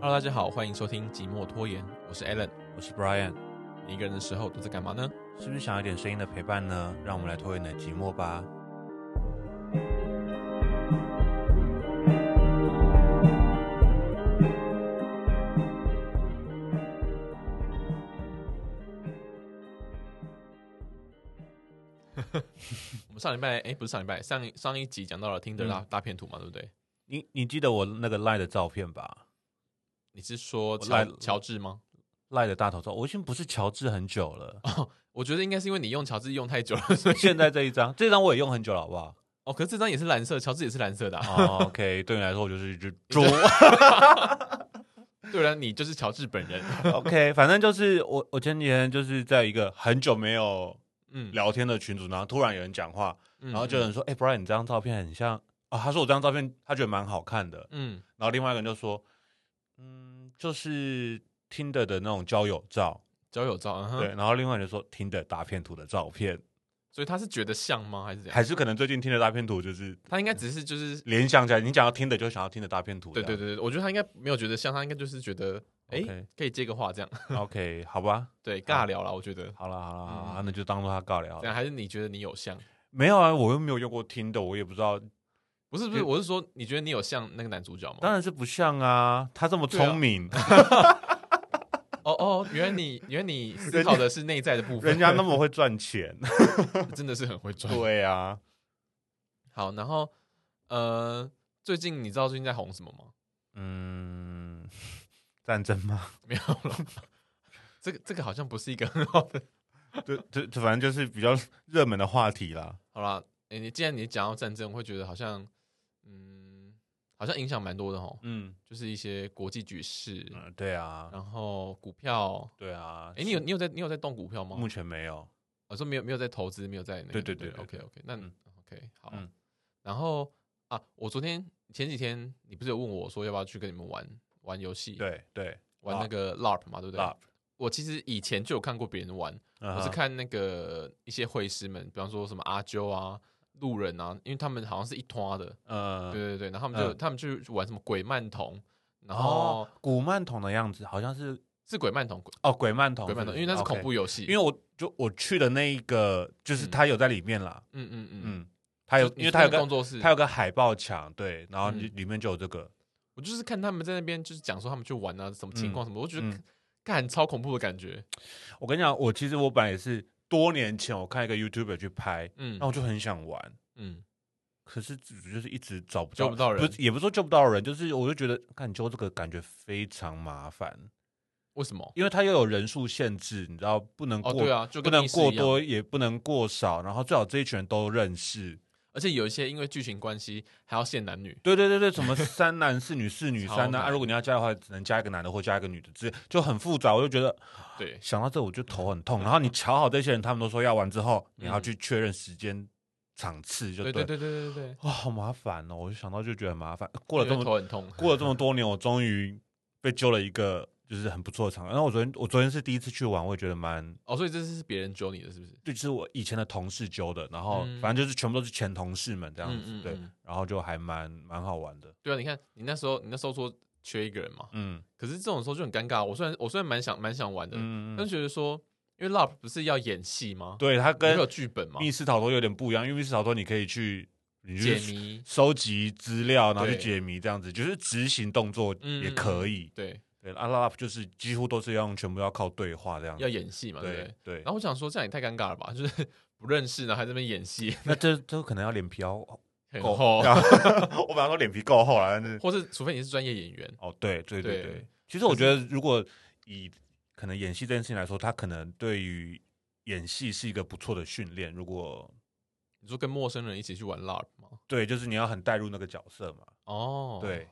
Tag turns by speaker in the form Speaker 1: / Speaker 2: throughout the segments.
Speaker 1: Hello，大家好，欢迎收听《寂寞拖延》，我是 Alan。
Speaker 2: 我是 Brian，
Speaker 1: 你一个人的时候都在干嘛呢？
Speaker 2: 是不是想要一点声音的陪伴呢？让我们来拖延你的寂寞吧。
Speaker 1: 我们上礼拜哎，不是上礼拜，上一上一集讲到了听的大
Speaker 2: 嗯
Speaker 1: 大片图嘛，对不对？
Speaker 2: 你你记得我那个赖的照片吧？
Speaker 1: 你是说
Speaker 2: 我来
Speaker 1: 乔乔治吗？。
Speaker 2: 赖的大头照，我已经不是乔治很久了
Speaker 1: 哦，我觉得应该是因为你用乔治用太久了， 所以
Speaker 2: 现在这一张，这张我也用很久了，好不 好、
Speaker 1: 哦，可是这张也是蓝色，乔治也是蓝色的、啊。
Speaker 2: o k 对你来说我就是一只猪。
Speaker 1: 对了，你就是乔治本人。
Speaker 2: OK，反正就是我，我前几天就是在一个很久没有
Speaker 1: 嗯，
Speaker 2: 聊天的群组，然后突然有人讲话，
Speaker 1: 然
Speaker 2: 然后就有人说：“哎、b r i a n 你这张照片很像啊。”他说我这张照片他觉得蛮好看的，
Speaker 1: 嗯
Speaker 2: 然后另外一个人就说：“嗯，就是听的的那种交友照。”
Speaker 1: 交友照，嗯哼
Speaker 2: 对，，然后另外人说听的大片图的照片，
Speaker 1: 所以他是觉得像吗？还是怎样？
Speaker 2: 还是可能最近听的大片图就是
Speaker 1: 他应该只是就是
Speaker 2: 联想起来，你讲到听的就想要听的大片图
Speaker 1: 对
Speaker 2: 这样。
Speaker 1: 对对，对我觉得他应该没有觉得像，他应该就是觉得哎
Speaker 2: OK
Speaker 1: 可以接个话这样，
Speaker 2: OK，好吧，
Speaker 1: 对，尬聊了，我觉得。
Speaker 2: 好了好了好啦
Speaker 1: 嗯
Speaker 2: 那就当做他尬聊
Speaker 1: 这样
Speaker 2: 了。
Speaker 1: 还是你觉得你有像？
Speaker 2: 没有啊，我又没有用过听的，我也不知道，
Speaker 1: 哦不是不是，
Speaker 2: 就
Speaker 1: 我是说你觉得你有像那个男主角吗？
Speaker 2: 当然是不像啊，他这么聪明，
Speaker 1: 哦哦，原来你 原来你思考的是内在的部分，
Speaker 2: 人家那么会赚钱，
Speaker 1: 真的是很会赚。
Speaker 2: 对啊，
Speaker 1: 好，然后呃，最近你知道最近在红什么吗？
Speaker 2: 嗯，战争吗？
Speaker 1: 没有了， 这个这个好像不是一个很好的。
Speaker 2: 对对，这反正就是比较热门的话题啦。
Speaker 1: 好啦，诶你既然你讲到战争，我会觉得好像嗯，好像影响蛮多的哦，
Speaker 2: 嗯
Speaker 1: 就是一些国际局势，
Speaker 2: 嗯，对啊，
Speaker 1: 然后股票。
Speaker 2: 对啊，
Speaker 1: 哎，你有你有在你有在动股票吗？
Speaker 2: 目前没有，
Speaker 1: 我哦说没有没有在投资，没有在那个。
Speaker 2: 对对对对
Speaker 1: o k OK，那、
Speaker 2: 嗯
Speaker 1: OK 好。
Speaker 2: 嗯
Speaker 1: 然后啊，我昨天前几天你不是有问我说要不要去跟你们玩玩游戏，
Speaker 2: 对对，
Speaker 1: 玩那个 LARP 嘛，对不对
Speaker 2: LARP 嗯
Speaker 1: 我其实以前就有看过别人玩，
Speaker 2: 我
Speaker 1: 我是看那个一些会师们，比方说什么阿啾啊、路人啊，因为他们好像是一团的，
Speaker 2: 呃
Speaker 1: 对，对对，然后他们就、
Speaker 2: 嗯
Speaker 1: 他们去玩什么鬼曼童，然后、
Speaker 2: 哦，古曼童的样子好像是
Speaker 1: 是鬼曼童，鬼
Speaker 2: 哦，鬼曼童，
Speaker 1: 鬼曼童，因为那是恐怖
Speaker 2: OK
Speaker 1: 游戏，
Speaker 2: 因为我就我去的那一个，就是他有在里面啦，
Speaker 1: 嗯嗯嗯，
Speaker 2: 嗯，他有
Speaker 1: 就，
Speaker 2: 因为他有
Speaker 1: 你去那
Speaker 2: 个
Speaker 1: 工作室，
Speaker 2: 他有个海报墙，对，然后
Speaker 1: 嗯
Speaker 2: 里里面就有这个，
Speaker 1: 我就是看他们在那边就是讲说他们去玩啊，什么情况什么，我觉得
Speaker 2: 嗯
Speaker 1: 干超恐怖的感觉。
Speaker 2: 我跟你讲，我其实我本来也是多年前我看一个 YouTuber 去拍，
Speaker 1: 嗯
Speaker 2: 那我就很想玩。
Speaker 1: 嗯，
Speaker 2: 可是就是一直找不
Speaker 1: 救不到人
Speaker 2: 不是也不是说救不到人，就是我就觉得，看你揪这个感觉非常麻烦，
Speaker 1: 为什么？
Speaker 2: 因为它又有人数限制，你知道不能
Speaker 1: 哦，
Speaker 2: 过
Speaker 1: 对啊，就
Speaker 2: 不
Speaker 1: 跟
Speaker 2: 能
Speaker 1: 密室
Speaker 2: 过
Speaker 1: 一样，
Speaker 2: 多，也不能过少，然后最好这一群人都认识。
Speaker 1: 而且有一些因为剧情关系还要限男女。
Speaker 2: 对对对对，什么三男四女，四女
Speaker 1: 超
Speaker 2: 三男、啊，
Speaker 1: 难
Speaker 2: 如果你要加的话，只能加一个男的或加一个女的，这就很复杂。我就觉得
Speaker 1: 对，
Speaker 2: 想到这我就头很痛。然后你瞧好这些人，他们都说要完之后，你要去确认时间、场次，就
Speaker 1: 对对
Speaker 2: 嗯对。
Speaker 1: 对对对对
Speaker 2: 哇、好麻烦哦！我就想到就觉得很麻烦。过
Speaker 1: 对，
Speaker 2: 了这
Speaker 1: 因为
Speaker 2: 么
Speaker 1: 头很痛。
Speaker 2: 过了这么多年，我终于被揪了一个就是很不错的场。然后我昨天我昨天是第一次去玩，我也觉得蛮
Speaker 1: 哦，所以这是别人揪你的，是不是？
Speaker 2: 就是我以前的同事揪的，然后
Speaker 1: 嗯
Speaker 2: 反正就是全部都是前同事们这样子，
Speaker 1: 嗯嗯
Speaker 2: 对
Speaker 1: 嗯，
Speaker 2: 然后就还蛮蛮好玩的，
Speaker 1: 对啊，你看你那时候你那时候说缺一个人嘛，
Speaker 2: 嗯
Speaker 1: 可是这种时候就很尴尬。我虽然我虽然蛮想蛮想玩的，
Speaker 2: 嗯，
Speaker 1: 但
Speaker 2: 嗯
Speaker 1: 是觉得说，因为 Love 不是要演戏吗？
Speaker 2: 对，它
Speaker 1: 你会有
Speaker 2: 跟
Speaker 1: 剧本吗？
Speaker 2: 密室逃脱有点不一样，因为密室逃脱你可以去你
Speaker 1: 解
Speaker 2: 去
Speaker 1: 谜，
Speaker 2: 收集资料，然后去
Speaker 1: 对
Speaker 2: 解谜这样子，就是执行动作
Speaker 1: 嗯
Speaker 2: 也可以，
Speaker 1: 对，
Speaker 2: 对，阿拉就是几乎都是要用全部要靠对话这样
Speaker 1: 要
Speaker 2: 子，
Speaker 1: 演戏嘛，对不对
Speaker 2: 对？对
Speaker 1: 然，后我想说，这样也太尴尬了吧？就是 不认识，然后还在那边演戏，
Speaker 2: 那这这可能要脸皮要
Speaker 1: 很
Speaker 2: 够
Speaker 1: 厚，
Speaker 2: 我本来说脸皮够厚了，但是
Speaker 1: 或是除非你是专业演员，
Speaker 2: 哦，对对
Speaker 1: 对
Speaker 2: 对对，其实我觉得如果以可能演戏这件事情来说，他可能对于演戏是一个不错的训练。如果
Speaker 1: 你说跟陌生人一起去玩 LARP 吗？
Speaker 2: 对，就是你要很带入那个角色嘛，
Speaker 1: 哦，
Speaker 2: 对，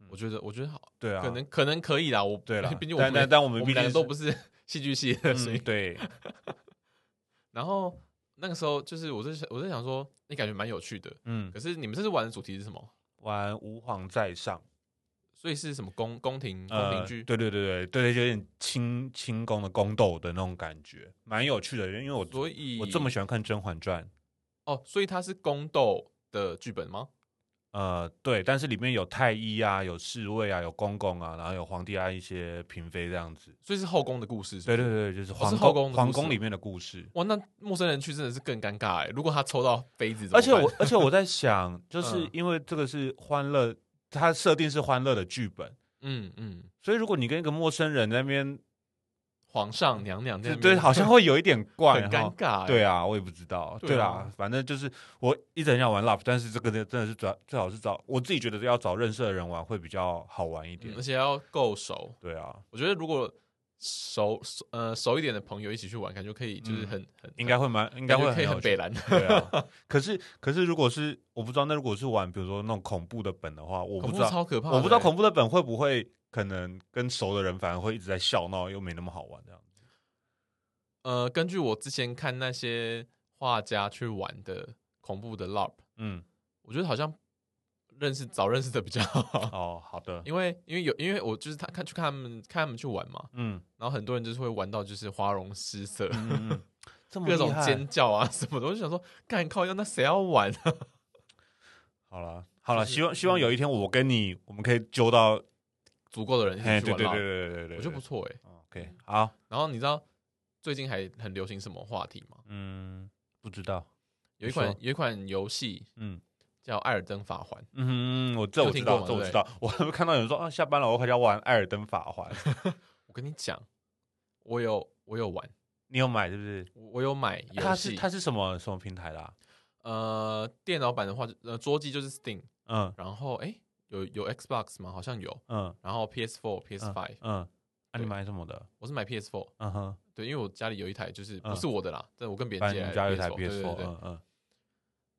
Speaker 2: 嗯
Speaker 1: 我觉得我觉得好，
Speaker 2: 对啊，
Speaker 1: 可能可能可以啦，我
Speaker 2: 对啦
Speaker 1: 毕竟我
Speaker 2: 但
Speaker 1: 们
Speaker 2: 但但我
Speaker 1: 我
Speaker 2: 们
Speaker 1: 们
Speaker 2: 毕
Speaker 1: 两
Speaker 2: 竟
Speaker 1: 个都
Speaker 2: 是
Speaker 1: 不是 戏剧系的，所以
Speaker 2: 嗯对，
Speaker 1: 然后那个时候就是我在想我在想说，你感觉蛮有趣的，
Speaker 2: 嗯，
Speaker 1: 可是你们这次玩的主题是什么？
Speaker 2: 玩吾皇在上，
Speaker 1: 所以是什么宫宫廷宫廷
Speaker 2: 呃，
Speaker 1: 剧
Speaker 2: 对？对对对对，有点清清宫的宫斗的那种感觉，蛮有趣的。因为我
Speaker 1: 所以
Speaker 2: 我这么喜欢看《甄嬛传》，
Speaker 1: 哦，所以它是宫斗的剧本吗？
Speaker 2: 呃，对，但是里面有太医啊，有侍卫啊，有公公啊，然后有皇帝啊，一些嫔妃这样子。
Speaker 1: 所以是后宫的故事是不
Speaker 2: 对
Speaker 1: 是
Speaker 2: 对对，就是
Speaker 1: 是
Speaker 2: 皇
Speaker 1: 后
Speaker 2: 宫
Speaker 1: 宫的
Speaker 2: 皇
Speaker 1: 故事
Speaker 2: 宫
Speaker 1: 哦
Speaker 2: 里面的故事。
Speaker 1: 哇，那陌生人去真的是更尴尬哎、如果他抽到杯子怎么办，
Speaker 2: 而且我而且我在想， 就是
Speaker 1: 嗯
Speaker 2: 因为这个是欢乐，它设定是欢乐的剧本，
Speaker 1: 嗯嗯，
Speaker 2: 所以如果你跟一个陌生人在那边，
Speaker 1: 皇上娘娘在
Speaker 2: 就
Speaker 1: 那边
Speaker 2: 对，嗯好像会 有一点怪
Speaker 1: 很
Speaker 2: 哈
Speaker 1: 尴。尬、欸，
Speaker 2: 对啊，我也不知道。
Speaker 1: 对
Speaker 2: 对啦
Speaker 1: 啊，
Speaker 2: 反正就是我一直很想玩 LOP，但是这个真的是最好最好是找我自己觉得要找认识的人玩会比较好玩一点
Speaker 1: 嗯，而。且要够熟。
Speaker 2: 对啊，
Speaker 1: 我觉得如果熟熟呃熟一点的朋友一起去玩，感觉可以就是很、很
Speaker 2: 嗯应该会 蛮应该
Speaker 1: 感
Speaker 2: 会
Speaker 1: 觉可以
Speaker 2: 很
Speaker 1: 很
Speaker 2: 有趣
Speaker 1: 北蓝。
Speaker 2: 对 啊，可是可是如果是我不知道，那如果是玩比如说那种恐怖的本的话， 我不
Speaker 1: 恐
Speaker 2: 知
Speaker 1: 怖
Speaker 2: 道
Speaker 1: 超可怕的欸、
Speaker 2: 我不知道恐怖的本会不会可能跟熟的人反而会一直在笑闹，又没那么好玩这样。
Speaker 1: 呃，根据我之前看那些画家去玩的恐怖的 LARP，
Speaker 2: 嗯，
Speaker 1: 我觉得好像认识早认识的比较好，
Speaker 2: 哦，好的，
Speaker 1: 因为因为有因为我就是他看去看他们看他们去玩嘛，
Speaker 2: 嗯
Speaker 1: 然后很多人就是会玩到就是花容失色，
Speaker 2: 嗯嗯嗯，这 么
Speaker 1: 各种
Speaker 2: 厉害
Speaker 1: 尖叫啊什么的，我就想说，干靠要那谁要玩啊？
Speaker 2: 好了好了，
Speaker 1: 就是嗯
Speaker 2: 希望希望有一天我跟你，我们可以揪到，
Speaker 1: 足够的人一
Speaker 2: 哎，
Speaker 1: 起去
Speaker 2: 对
Speaker 1: 玩
Speaker 2: 对对
Speaker 1: LARP，
Speaker 2: 对对对对，
Speaker 1: 我觉得不错哎、
Speaker 2: OK，好，
Speaker 1: 然后你知道最近还很流行什么话题吗？
Speaker 2: 嗯，不知道，
Speaker 1: 有一
Speaker 2: 你说
Speaker 1: 款有一款游戏
Speaker 2: 嗯
Speaker 1: 叫《艾尔登法环》，
Speaker 2: 嗯，我这我
Speaker 1: 有
Speaker 2: 知
Speaker 1: 听过
Speaker 2: 道，
Speaker 1: 吗
Speaker 2: 这我
Speaker 1: 对
Speaker 2: 知
Speaker 1: 不
Speaker 2: 道，我看到有人说啊，下班了，我回家玩《艾尔登法环》，
Speaker 1: 我跟你讲，我有我有玩，
Speaker 2: 你有买是不是？
Speaker 1: 我我有买游
Speaker 2: 它是
Speaker 1: 戏，
Speaker 2: 它是什么什么平台的啊？
Speaker 1: 呃，电脑版的话就，呃，桌机就是 Steam，
Speaker 2: 嗯
Speaker 1: 然后哎、诶有有 Xbox 吗？好像有，
Speaker 2: 嗯
Speaker 1: 然后 PS4、PS5，、
Speaker 2: 嗯，啊，你
Speaker 1: 对
Speaker 2: 买什么的？
Speaker 1: 我是买 PS4，
Speaker 2: 嗯哼，
Speaker 1: 对，因为我家里有一台，就是
Speaker 2: 嗯
Speaker 1: 不是我的啦，但我跟别人
Speaker 2: 反
Speaker 1: 借
Speaker 2: 正你
Speaker 1: 来
Speaker 2: 们
Speaker 1: 的
Speaker 2: 家有一台
Speaker 1: PS4，对对
Speaker 2: PS4，
Speaker 1: 对，
Speaker 2: 嗯嗯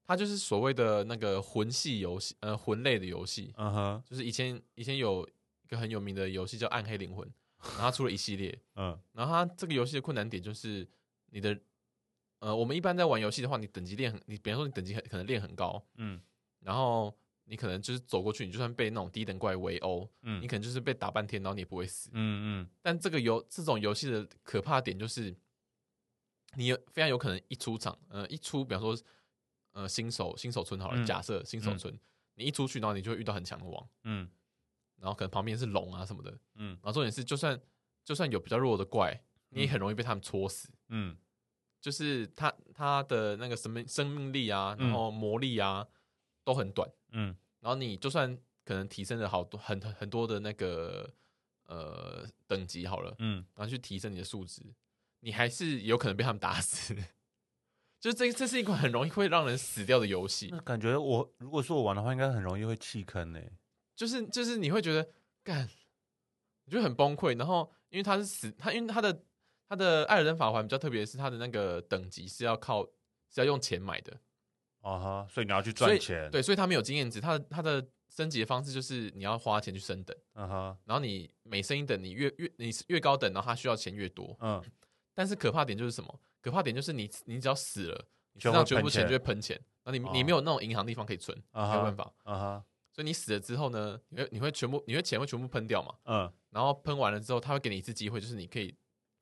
Speaker 1: 它就是所谓的那个魂系游戏，呃，魂类的游戏，
Speaker 2: 嗯哼，
Speaker 1: 就是以前以前有一个很有名的游戏叫《暗黑灵魂》，然后它出了一系 列，
Speaker 2: 嗯
Speaker 1: 然后它这个游戏的困难点就是你的，呃，我们一般在玩游戏的话，你等级练很，你比方说你等级很可能练很高，
Speaker 2: 嗯
Speaker 1: 然后你可能就是走过去，你就算被那种低等怪围殴，
Speaker 2: 嗯
Speaker 1: 你可能就是被打半天，然后你也不会死。
Speaker 2: 嗯
Speaker 1: 但这个游这种游戏的可怕点就是，你有非常有可能一出场，呃，一出，比方说，呃，新手新手村好了，
Speaker 2: 嗯
Speaker 1: 假设新手村，你一出去，然后你就会遇到很强的王，
Speaker 2: 嗯
Speaker 1: 然后可能旁边是龙啊什么的，
Speaker 2: 嗯
Speaker 1: 然后重点是，就算就算有比较弱的怪，你也很容易被他们戳死。
Speaker 2: 嗯
Speaker 1: 就是他他的那个生命生命力啊，然后魔力啊、都很短，
Speaker 2: 嗯
Speaker 1: 然后你就算可能提升了好多很很多的那个呃等级好了，
Speaker 2: 嗯，
Speaker 1: 然后去提升你的数值，你还是有可能被他们打死。 就是这这是一款很容易会让人死掉的游戏
Speaker 2: 那，感觉我如果说我玩的话，应该很容易会弃坑呢。
Speaker 1: 就是就是你会觉得干，你就很崩溃。然后因为它是死，它因为它的它的艾尔登法环比较特别的是它的那个等级是要靠是要用钱买的，
Speaker 2: 啊哈，所以你要去
Speaker 1: 所
Speaker 2: 赚
Speaker 1: 以
Speaker 2: 钱，，
Speaker 1: 对，所以它没有经验值，它的它的升级的方式就是你要花钱去升等，
Speaker 2: 嗯哼，
Speaker 1: 然后你每升一等，你越越你越高等，然后它需要钱越多。
Speaker 2: 嗯，
Speaker 1: 但是可怕点就是什么？可怕点就是你你只要死了，你身
Speaker 2: 就会
Speaker 1: 上全部
Speaker 2: 喷
Speaker 1: 钱
Speaker 2: 钱
Speaker 1: 就会喷钱，然后你
Speaker 2: 哦
Speaker 1: 你没有那种银行地方可以存，没
Speaker 2: 啊
Speaker 1: 有
Speaker 2: 哈
Speaker 1: 办法。
Speaker 2: 嗯哼，
Speaker 1: 所以你死了之后呢，你会你会全部你会钱会全部喷掉嘛？
Speaker 2: 嗯
Speaker 1: 然后喷完了之后，他会给你一次机会，就是你可以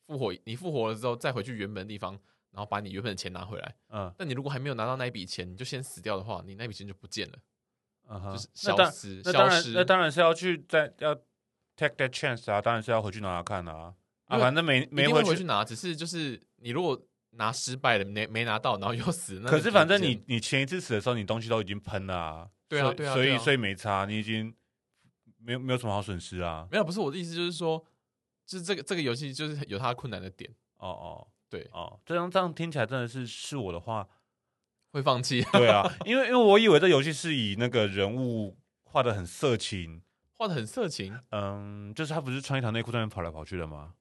Speaker 1: 复活，你复活了之后再回去原本的地方，然后把你原本的钱拿回来。
Speaker 2: 嗯
Speaker 1: 但你如果还没有拿到那一笔钱，你就先死掉的话，你那笔钱就不见了，
Speaker 2: 嗯哼，
Speaker 1: 就是
Speaker 2: 那
Speaker 1: 消
Speaker 2: 当
Speaker 1: 失，
Speaker 2: 那当
Speaker 1: 消
Speaker 2: 然
Speaker 1: 失。
Speaker 2: 那当然是要去再要 take that chance 啊，当然是要回去拿拿看啊。啊，
Speaker 1: 因为
Speaker 2: 反正没
Speaker 1: 一
Speaker 2: 没
Speaker 1: 定会
Speaker 2: 去
Speaker 1: 回去拿，只是就是你如果拿失败了，没没拿到，然后又死，那
Speaker 2: 可
Speaker 1: 就是
Speaker 2: 反正
Speaker 1: 不见
Speaker 2: 你你前一次死的时候，你东西都已经喷了啊，
Speaker 1: 对啊
Speaker 2: 所以
Speaker 1: 对啊
Speaker 2: 所
Speaker 1: 对
Speaker 2: 以
Speaker 1: 啊
Speaker 2: 所以没差，你已经没有没有什么好损失啊。
Speaker 1: 没有，不是我的意思，就是说，就是这个这个游戏就是有它困难的点，
Speaker 2: 哦哦
Speaker 1: 对，
Speaker 2: 哦，这样这样听起来真的是是我的 话，
Speaker 1: 会放弃，
Speaker 2: 对啊，因为因为我以为这游戏是以那个人物画的很色情，
Speaker 1: 画的很色情。
Speaker 2: 嗯，就是他不是穿一条内裤在那边跑来跑去的吗？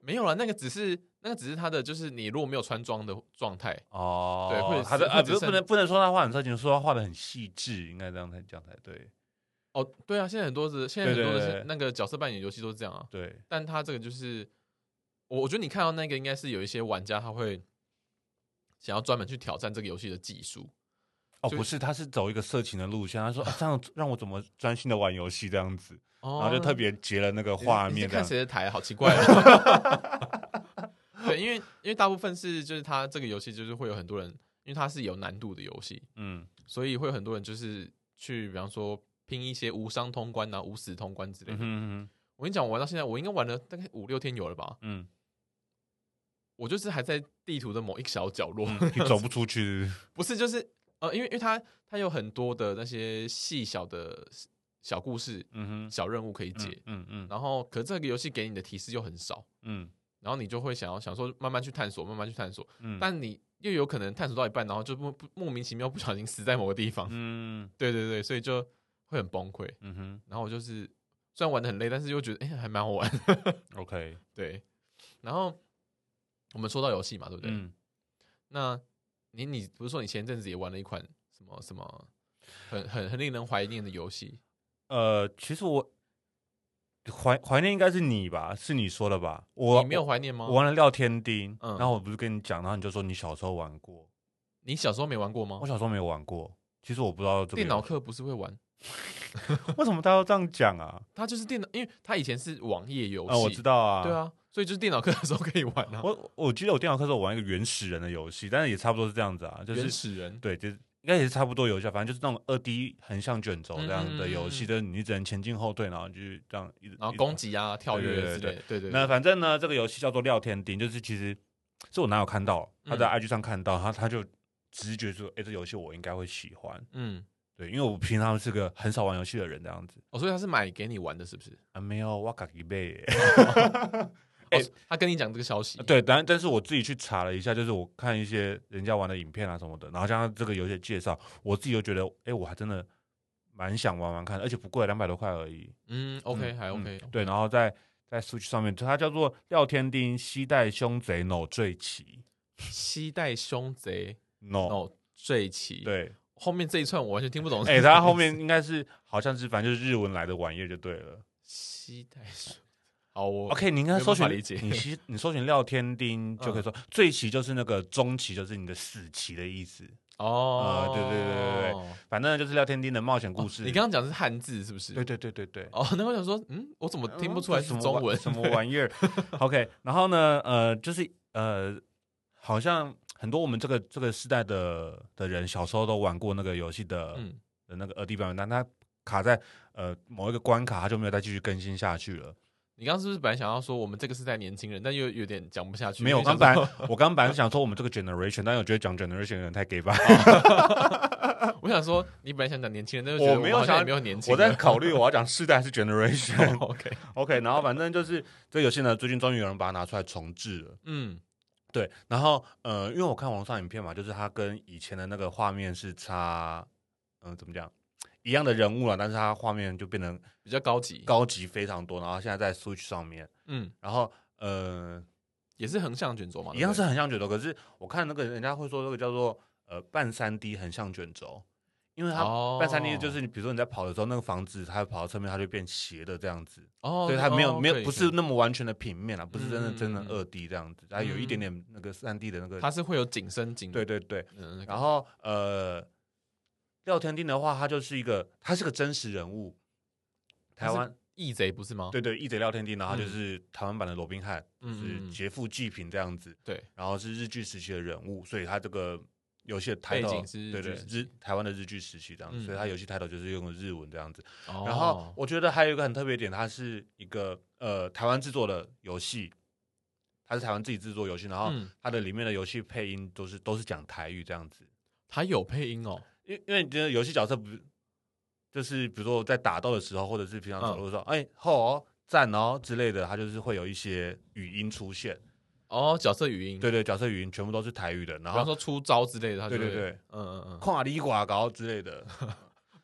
Speaker 1: 没有了，那个只是那个只是他的，就是你如果没有穿装的状态，
Speaker 2: 哦，
Speaker 1: 对会
Speaker 2: 他的
Speaker 1: 是
Speaker 2: 啊，
Speaker 1: 会
Speaker 2: 不
Speaker 1: 只
Speaker 2: 是
Speaker 1: 剩
Speaker 2: 不能不能说他画很色情，说他画的很细致，应该这样才讲才对。
Speaker 1: 哦，对啊，现在很多的现在
Speaker 2: 对
Speaker 1: 很多
Speaker 2: 对
Speaker 1: 的
Speaker 2: 对
Speaker 1: 是那个角色扮演游戏都是这样啊，
Speaker 2: 对，
Speaker 1: 但他这个就是，我我觉得你看到那个应该是有一些玩家他会想要专门去挑战这个游戏的技术，
Speaker 2: 哦，
Speaker 1: 就
Speaker 2: 不是，他是走一个色情的路线，他说、啊、这样让我怎么专心的玩游戏这样子。
Speaker 1: 哦，
Speaker 2: 然后就特别截了那个
Speaker 1: 你是
Speaker 2: 画
Speaker 1: 你是
Speaker 2: 面这
Speaker 1: 看
Speaker 2: 样。
Speaker 1: 谁的台，好奇怪、啊。 对，因为因为大部分是就是他这个游戏就是会有很多人，因为它是有难度的游戏，
Speaker 2: 嗯
Speaker 1: 所以会有很多人就是去，比方说拼一些无伤通关啊、无死通关之类
Speaker 2: 嗯
Speaker 1: 的。
Speaker 2: 哼
Speaker 1: 我跟你讲，我玩到现在，我应该玩了大概五六天有了吧。
Speaker 2: 嗯
Speaker 1: 我就是还在地图的某一小角落，
Speaker 2: 哼，嗯你走不出去，
Speaker 1: 不是就是呃，因为因为它它有很多的那些细小的小故事、
Speaker 2: 嗯哼，
Speaker 1: 小任务可以
Speaker 2: 嗯
Speaker 1: 解，
Speaker 2: 嗯嗯
Speaker 1: 然后可这个游戏给你的提示又很少，
Speaker 2: 嗯
Speaker 1: 然后你就会想要想说慢慢去探索，慢慢去探索，
Speaker 2: 嗯，
Speaker 1: 但你又有可能探索到一半，然后就不不莫名其妙不小心死在某个地方，
Speaker 2: 嗯
Speaker 1: 对对对，所以就会很崩溃。
Speaker 2: 嗯哼
Speaker 1: 然后我就是虽然玩的很累，但是又觉得哎、还蛮好玩，
Speaker 2: ，OK，
Speaker 1: 对。然后我们说到游戏嘛，对不对？
Speaker 2: 嗯，
Speaker 1: 那你你不是说你前阵子也玩了一款什么什么很很很令人怀念的游戏？
Speaker 2: 呃，其实我怀怀念应该是你吧，是你说的吧？我
Speaker 1: 你没有怀念吗
Speaker 2: 我？玩了廖天丁，
Speaker 1: 嗯
Speaker 2: 然后我不是跟你讲，然后你就说你小时候玩过，
Speaker 1: 你小时候没玩过吗
Speaker 2: 我？小时候没有玩过。其实我不知道这个
Speaker 1: 电脑
Speaker 2: 游戏
Speaker 1: 课不是会玩，
Speaker 2: 为什么他要这样 讲啊？
Speaker 1: 它就是电脑，因为它以前是网页游戏，
Speaker 2: 啊，我知道啊，
Speaker 1: 对，啊，所以就是电脑课的时候可以玩啊。
Speaker 2: 我我记得我电脑课时候玩一个原始人的游戏，但是也差不多是这样子啊，就
Speaker 1: 原
Speaker 2: 是
Speaker 1: 始人，
Speaker 2: 对，就是应该也是差不多游戏啊，反正就是那种二 D 横向卷轴这样的游
Speaker 1: 嗯嗯嗯
Speaker 2: 戏，
Speaker 1: 嗯
Speaker 2: 就是你只能前进后退，然后就是这样一直
Speaker 1: 然后
Speaker 2: 一直
Speaker 1: 攻击啊、跳跃之类的，对对对。
Speaker 2: 那反正呢，这个游戏叫做廖天丁，就是其实是我哪有看到，他
Speaker 1: 嗯
Speaker 2: 在 IG 上看到，他他就直觉说，哎、这游戏我应该会喜欢，
Speaker 1: 嗯，
Speaker 2: 对，因为我平常是个很少玩游戏的人，这样子
Speaker 1: 哦，所以他是买给你玩的，是不是？
Speaker 2: 啊，没有哇嘎一倍耶，
Speaker 1: 哎、
Speaker 2: 哎
Speaker 1: 他跟你讲这个消息，，
Speaker 2: 对，但但是我自己去查了一下，就是我看一些人家玩的影片啊什么的，然后加上这个游戏的介绍，我自己就觉得，哎、我还真的蛮想玩玩看，而且不贵，两百多块而已，
Speaker 1: 嗯，OK，、
Speaker 2: 嗯
Speaker 1: 还
Speaker 2: 嗯
Speaker 1: OK，、
Speaker 2: 对，然后在在 Switch 上面，它叫做廖天丁西带凶贼 No 坠奇
Speaker 1: 西带凶贼
Speaker 2: No，
Speaker 1: 哦，坠奇，，
Speaker 2: 对。
Speaker 1: 后面这一串我完全听不懂。
Speaker 2: 哎、他后 面应该是好像是反正就是日文来的玩意儿就对了。
Speaker 1: 西带凶，好，我
Speaker 2: OK，你应该
Speaker 1: 没有
Speaker 2: 搜
Speaker 1: 办法
Speaker 2: 寻
Speaker 1: 理解
Speaker 2: 你 其你搜寻廖天丁就可以说、最期就是那个中期就是你的死期的意思。
Speaker 1: 哦、
Speaker 2: 啊对对对对
Speaker 1: 对
Speaker 2: 反正就是廖天丁的冒险故事。
Speaker 1: 你刚刚讲的是汉字是不是？
Speaker 2: 对对对对对，
Speaker 1: 哦，那我想说，嗯，我怎么听不出来
Speaker 2: 嗯这
Speaker 1: 是
Speaker 2: 什么
Speaker 1: 中
Speaker 2: 玩
Speaker 1: 文？
Speaker 2: 什么玩 意儿？OK，然后呢，呃，就是呃，好像很多我们这个这个时代的的人小时候都玩过那个游戏的、
Speaker 1: 嗯，
Speaker 2: 的那个二 D 版本，但它卡在呃某一个关卡，它就没有再继续更新下去了。
Speaker 1: 你刚刚是不是本来想要说我们这个是在年轻人，但又有点讲不下去？
Speaker 2: 没 有，我
Speaker 1: 因为
Speaker 2: 刚
Speaker 1: 想
Speaker 2: 本
Speaker 1: 说
Speaker 2: 来我刚本来是想说我们这个 generation，但是我觉得讲 generation 有点太 gay 吧。
Speaker 1: 我想说，你本来想讲年轻人，但是
Speaker 2: 我
Speaker 1: 觉得
Speaker 2: 没
Speaker 1: 我
Speaker 2: 有
Speaker 1: 好像
Speaker 2: 想
Speaker 1: 也
Speaker 2: 要
Speaker 1: 没有年轻
Speaker 2: 我
Speaker 1: 了。
Speaker 2: 在考虑我要讲世代还是 generation。
Speaker 1: OK，
Speaker 2: OK，然后反正就是这个游戏呢，最近终于有人把它拿出来重置了。
Speaker 1: 嗯
Speaker 2: 对，然后呃，因为我看网上影片嘛，就是它跟以前的那个画面是差，嗯、怎么讲？一样的人物了，啊但是它画面就变成，
Speaker 1: 比较高级，
Speaker 2: 高级非常多。然后现在在 Switch 上面，
Speaker 1: 嗯，
Speaker 2: 然后呃，
Speaker 1: 也是横向卷轴嘛，
Speaker 2: 一样
Speaker 1: 对不
Speaker 2: 是
Speaker 1: 对
Speaker 2: 横向卷轴，可是我看那个人家会说这个叫做呃半三 D 横向卷轴，因为它
Speaker 1: 哦
Speaker 2: 半三 D 就是你比如说你在跑的时候，那个房子它跑到侧面，它就变斜的这样子，
Speaker 1: 哦，
Speaker 2: 所以它没有
Speaker 1: 哦
Speaker 2: 没
Speaker 1: 可
Speaker 2: 有
Speaker 1: 以
Speaker 2: 不
Speaker 1: 可以
Speaker 2: 是那么完全的平面啊，不是真的
Speaker 1: 嗯
Speaker 2: 真的
Speaker 1: 嗯嗯
Speaker 2: 二 D 这样子，它有一点
Speaker 1: 嗯
Speaker 2: 点那个三 D 的那个，
Speaker 1: 它是会有景深景
Speaker 2: 对对对。
Speaker 1: 嗯，那个
Speaker 2: 然后呃，廖天丁的话，他就是一个他是个真实人物，台
Speaker 1: 他是
Speaker 2: 湾
Speaker 1: 义贼不是吗？
Speaker 2: 对对义贼廖天丁，然后他
Speaker 1: 嗯
Speaker 2: 就是台湾版的罗宾汉，就
Speaker 1: 嗯，嗯
Speaker 2: 是
Speaker 1: 嗯
Speaker 2: 劫富济贫这样子。
Speaker 1: 对，
Speaker 2: 然后是日剧时期的人物，所以他这个游戏的
Speaker 1: 背
Speaker 2: title
Speaker 1: 景是日
Speaker 2: 对
Speaker 1: 剧
Speaker 2: 对
Speaker 1: 时期
Speaker 2: 日台湾的日剧时期这样子，
Speaker 1: 嗯
Speaker 2: 所以他游戏 title 就是用日文这样子。
Speaker 1: 哦
Speaker 2: 然后我觉得还有一个很特别的点，它是一个呃台湾制作的游戏，它是台湾自己制作游戏，然后
Speaker 1: 嗯，
Speaker 2: 它的里面的游戏配音都是都是讲台语这样子，
Speaker 1: 它有配音哦，
Speaker 2: 因为因为你觉得游戏角色不是就是比如说在打斗的时候，或者是平常走路的时候，
Speaker 1: 嗯
Speaker 2: 哎吼哦赞哦之类的，它就是会有一些语音出现，
Speaker 1: 哦，角色语音，，
Speaker 2: 对对，角色语音全部都是台语的，
Speaker 1: 比
Speaker 2: 然后
Speaker 1: 方说出招之类的，它就
Speaker 2: 对对
Speaker 1: 会，
Speaker 2: 对，
Speaker 1: 嗯嗯
Speaker 2: 跨里寡高之类的，
Speaker 1: 嗯，